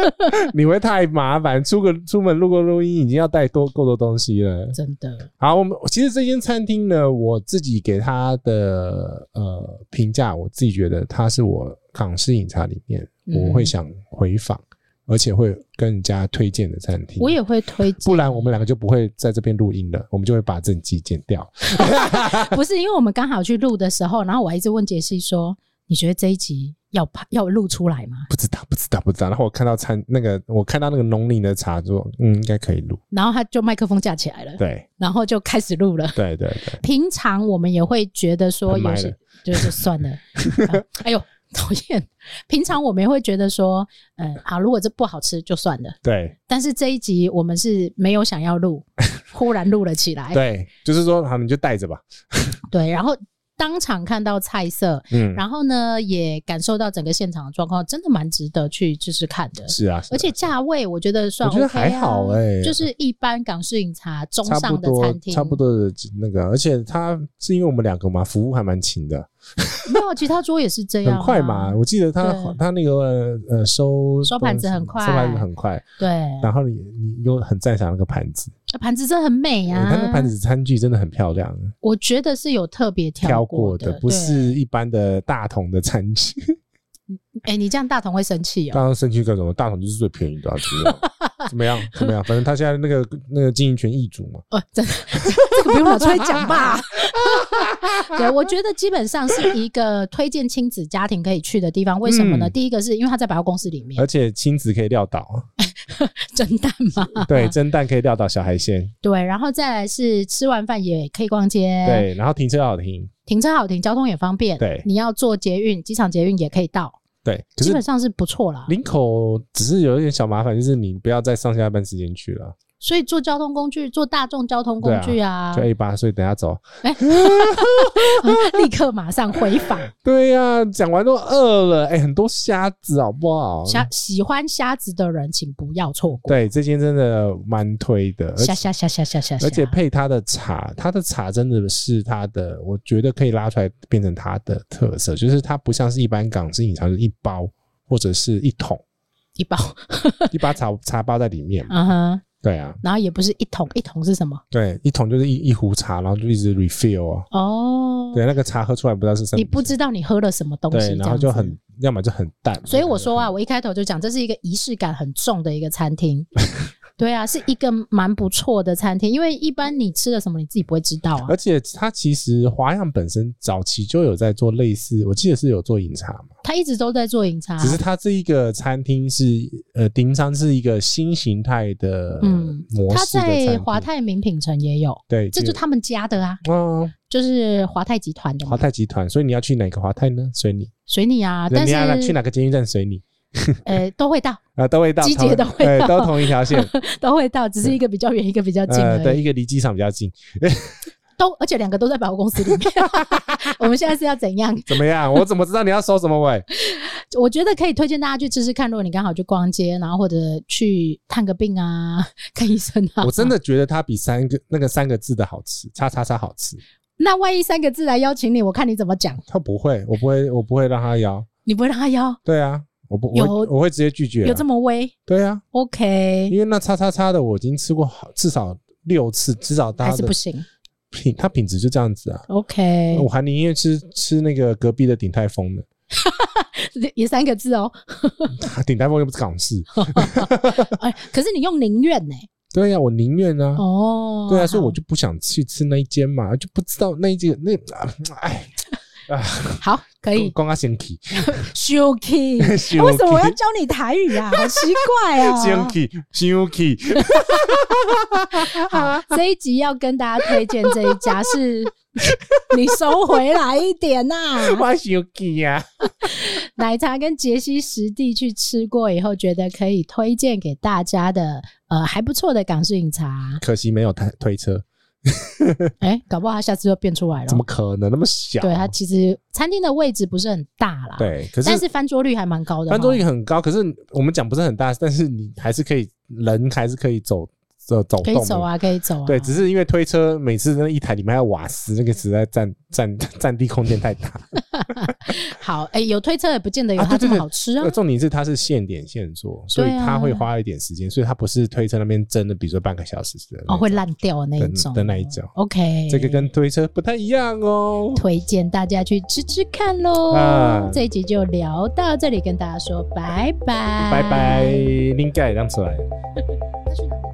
[SPEAKER 1] 你会太麻烦，出个出门录个录音已经要带多够多东西了。
[SPEAKER 2] 真的，
[SPEAKER 1] 好，我们其实这间餐厅呢，我自己给它的呃评价，我自己觉得它是我港式饮茶里面
[SPEAKER 2] 嗯
[SPEAKER 1] 我会想回访，而且会跟人家推荐的餐厅。
[SPEAKER 2] 我也会推荐，
[SPEAKER 1] 不然我们两个就不会在这边录音了，我们就会把整集剪掉。
[SPEAKER 2] 啊不是因为我们刚好去录的时候，然后我还一直问杰西说：“你觉得这一集要拍要录出来吗
[SPEAKER 1] 不知道，不知道，不知道。然后我看到餐那个，我看到那个农林的茶桌，嗯，应该可以录。？”
[SPEAKER 2] 然后他就麦克风架起来了，
[SPEAKER 1] 对，
[SPEAKER 2] 然后就开始录了。
[SPEAKER 1] 对，对，对。
[SPEAKER 2] 平常我们也会觉得说
[SPEAKER 1] 很
[SPEAKER 2] 有
[SPEAKER 1] 埋
[SPEAKER 2] 些
[SPEAKER 1] 了
[SPEAKER 2] 就是算 了，啊哎呦讨厌。平常我们也会觉得说，嗯，好，如果这不好吃就算了。
[SPEAKER 1] 对
[SPEAKER 2] 但是这一集我们是没有想要 录，忽然录了起来。
[SPEAKER 1] 对，就是说，好，你就带着吧。
[SPEAKER 2] 对然后当场看到菜色，
[SPEAKER 1] 嗯，
[SPEAKER 2] 然后呢也感受到整个现场的状况，真的蛮值得去试试看的。
[SPEAKER 1] 是啊，是啊
[SPEAKER 2] 而且价位我觉得算
[SPEAKER 1] 我觉得
[SPEAKER 2] OK 啊、
[SPEAKER 1] 还好欸
[SPEAKER 2] 就是一般港式饮茶中
[SPEAKER 1] 差不
[SPEAKER 2] 上的
[SPEAKER 1] 多
[SPEAKER 2] 餐，厅，
[SPEAKER 1] 差不多的那个，啊而且它是因为我们两个嘛，服务还蛮勤的，
[SPEAKER 2] 没有其他桌也是这样、
[SPEAKER 1] 很快嘛。，我记得他
[SPEAKER 2] 啊对啊
[SPEAKER 1] 他那个呃收
[SPEAKER 2] 收盘子很快
[SPEAKER 1] 收盘子很快。
[SPEAKER 2] 对，啊
[SPEAKER 1] 然后你你又很赞赏那个盘子，
[SPEAKER 2] 盘子真的很美
[SPEAKER 1] 对
[SPEAKER 2] 啊！
[SPEAKER 1] 哎它那盘子餐具真的很漂亮，
[SPEAKER 2] 我觉得是有特别
[SPEAKER 1] 挑
[SPEAKER 2] 过
[SPEAKER 1] 过的，不是一般的大桶的餐具。
[SPEAKER 2] 哎、诶你这样大同会生气哦、
[SPEAKER 1] 大桶生区各种大桶就是最便宜的、啊，怎么样？怎么样？怎么样？反正他现在那个那个经营权易主嘛，
[SPEAKER 2] 哦，真的， 这个不用拿出来讲吧？ 对，我觉得基本上是一个推荐亲子家庭可以去的地方。为什么呢？
[SPEAKER 1] 嗯呃
[SPEAKER 2] 第一个是因为它在百货公司里面
[SPEAKER 1] 而，且亲子可以撂倒， 啊
[SPEAKER 2] 蒸蛋嘛，
[SPEAKER 1] 对，蒸蛋可以撂倒小海鲜，
[SPEAKER 2] 对，然后再来是吃完饭也可以逛街，，
[SPEAKER 1] 对，然后停车好停，
[SPEAKER 2] 停车好停，交通也方便，
[SPEAKER 1] 对
[SPEAKER 2] 你要坐捷运、机场捷运也可以到，
[SPEAKER 1] 对。可
[SPEAKER 2] 基
[SPEAKER 1] 是
[SPEAKER 2] 本上是不错啦。
[SPEAKER 1] 林口只是有一点小麻烦，就是你不要在上下班时间去了，
[SPEAKER 2] 所以坐交通工具，坐大众交通工具啊，
[SPEAKER 1] 就 A 八，所以等下走。
[SPEAKER 2] 立刻马上回 访。
[SPEAKER 1] 对呀、讲完都饿了，哎、很多虾子好不好？
[SPEAKER 2] 虾喜欢虾子的人，请不要错过。
[SPEAKER 1] 对，这间真的蛮推的，而
[SPEAKER 2] 虾
[SPEAKER 1] 且
[SPEAKER 2] 虾虾虾虾虾虾，
[SPEAKER 1] 而且配它的茶，它的茶真的是它的，我觉得可以拉出来变成它的特色，就是它不像是一般港式饮茶，就是一包或者是一桶
[SPEAKER 2] 一包，
[SPEAKER 1] 一把茶茶包在里面嘛。
[SPEAKER 2] 嗯哼，
[SPEAKER 1] 对啊，
[SPEAKER 2] 然后也不是一桶，一桶是什么？
[SPEAKER 1] 对，一桶就是一一壶茶，然后就一直 refill 啊。
[SPEAKER 2] 哦，
[SPEAKER 1] 对，那个茶喝出来不知道是什么，
[SPEAKER 2] 你不知道你喝了什么东西，
[SPEAKER 1] 对，然后
[SPEAKER 2] 这
[SPEAKER 1] 就
[SPEAKER 2] 样子
[SPEAKER 1] 很，要么就很淡。
[SPEAKER 2] 所以我说啊，
[SPEAKER 1] 要么
[SPEAKER 2] 我一开头就讲，这是一个仪式感很重的一个 餐厅。对啊，是一个蛮不错的餐厅，因为一般你吃了什么你自己不会知道
[SPEAKER 1] 就
[SPEAKER 2] 啊
[SPEAKER 1] 很，而且它其实华阳本身早期就有在做类似，我记得是有做饮茶嘛。
[SPEAKER 2] 他一直都在做饮茶，
[SPEAKER 1] 只是它这一个餐厅是呃，顶上是一个新形态的
[SPEAKER 2] 嗯
[SPEAKER 1] 模
[SPEAKER 2] 他
[SPEAKER 1] 式的餐厅
[SPEAKER 2] 在华泰名品城也有，
[SPEAKER 1] 对，
[SPEAKER 2] 这就他们家的啊，
[SPEAKER 1] 啊
[SPEAKER 2] 就是华泰集团的嘛
[SPEAKER 1] 华，泰集团，所以你要去哪个华泰呢？随你，
[SPEAKER 2] 随你啊，但
[SPEAKER 1] 你要去
[SPEAKER 2] 是
[SPEAKER 1] 哪个监狱站随你
[SPEAKER 2] 呃都会到，
[SPEAKER 1] 啊，都会到
[SPEAKER 2] 集结都会
[SPEAKER 1] 对
[SPEAKER 2] 到
[SPEAKER 1] 都同一条 线，
[SPEAKER 2] 都会到，只是一个比较远，一个比较近而
[SPEAKER 1] 呃，对，
[SPEAKER 2] 已。
[SPEAKER 1] 一个离机场比较近，
[SPEAKER 2] 都而且两个都在百货公司里面。 我们现在是要怎样？
[SPEAKER 1] 怎么样？我怎么知道你要收什么 尾？
[SPEAKER 2] 我觉得可以推荐大家去吃吃看。如果你刚好去逛街，然后或者去探个病啊， 看医生啊，
[SPEAKER 1] 我真的觉得它比三个那个三个字的好吃，叉叉叉好吃。
[SPEAKER 2] 那万一三个字来邀请你，我看你怎么讲。
[SPEAKER 1] 他不会，我不会，我不会让他邀。
[SPEAKER 2] 你不会让他邀，
[SPEAKER 1] 对啊，我不，
[SPEAKER 2] 有
[SPEAKER 1] 我会我会直接拒绝啊。
[SPEAKER 2] 有这么威
[SPEAKER 1] 对啊，
[SPEAKER 2] ？OK，
[SPEAKER 1] 因为那叉叉叉的我已经吃过好至少六次，至少它
[SPEAKER 2] 还
[SPEAKER 1] 的
[SPEAKER 2] 是不行
[SPEAKER 1] 品它品质就这样子啊。
[SPEAKER 2] ？OK，
[SPEAKER 1] 我还宁愿吃吃那个隔壁的鼎泰丰的，
[SPEAKER 2] 也三个字哦。
[SPEAKER 1] 鼎泰丰又不是港式。
[SPEAKER 2] 哦哎，可是你用宁愿 呢？
[SPEAKER 1] 对呀、我宁愿啊。
[SPEAKER 2] 哦，
[SPEAKER 1] 对啊，所以我
[SPEAKER 2] 好
[SPEAKER 1] 就不想去吃那一间嘛，就不知道那一间那哎，
[SPEAKER 2] 好可以
[SPEAKER 1] 光光阿先 提
[SPEAKER 2] Shuki。
[SPEAKER 1] 先
[SPEAKER 2] 为什么我要教你台语啊？好奇怪 啊！
[SPEAKER 1] 先提先提，
[SPEAKER 2] 好，这一集要跟大家推荐这一家是， 你收回来一点呐、
[SPEAKER 1] 我先提呀。
[SPEAKER 2] 奶茶跟杰西实地去吃过以后，觉得可以推荐给大家的，呃，还不错的港式饮茶。
[SPEAKER 1] 可惜没有推推
[SPEAKER 2] 哦
[SPEAKER 1] 车，
[SPEAKER 2] 哎、搞不好它下次就变出来了
[SPEAKER 1] 怎。么可能那么小？
[SPEAKER 2] 对，它其实餐厅的位置不是很大啦，，
[SPEAKER 1] 对，可是
[SPEAKER 2] 但是翻桌率还蛮高的哦。
[SPEAKER 1] 翻桌率很高，可是我们讲不是很大，但是你还是可以人还是可以走走走
[SPEAKER 2] 可
[SPEAKER 1] 动
[SPEAKER 2] 以
[SPEAKER 1] 的
[SPEAKER 2] 走啊，可以走啊。
[SPEAKER 1] 对，只是因为推车每次那一台里面还有瓦斯，那个实在占占占地空间太大。
[SPEAKER 2] 好，哎、有推车也不见 得有
[SPEAKER 1] 啊
[SPEAKER 2] 它
[SPEAKER 1] 对
[SPEAKER 2] 这
[SPEAKER 1] 对
[SPEAKER 2] 么
[SPEAKER 1] 对
[SPEAKER 2] 好吃啊。
[SPEAKER 1] 呃重点是它是现点现做，所以
[SPEAKER 2] 对啊
[SPEAKER 1] 它会花一点时间，所以它不是推车那边蒸的，比如说半个小时的那种
[SPEAKER 2] 哦，会烂掉的那
[SPEAKER 1] 的
[SPEAKER 2] 一种哦
[SPEAKER 1] 的那一种。
[SPEAKER 2] OK，
[SPEAKER 1] 这个跟推车不太一样哦。
[SPEAKER 2] 推荐大家去吃吃看喽。
[SPEAKER 1] 啊
[SPEAKER 2] 这一集就聊到这里，跟大家说拜拜，
[SPEAKER 1] 拜拜，应该也让出来。
[SPEAKER 4] 那去哪里？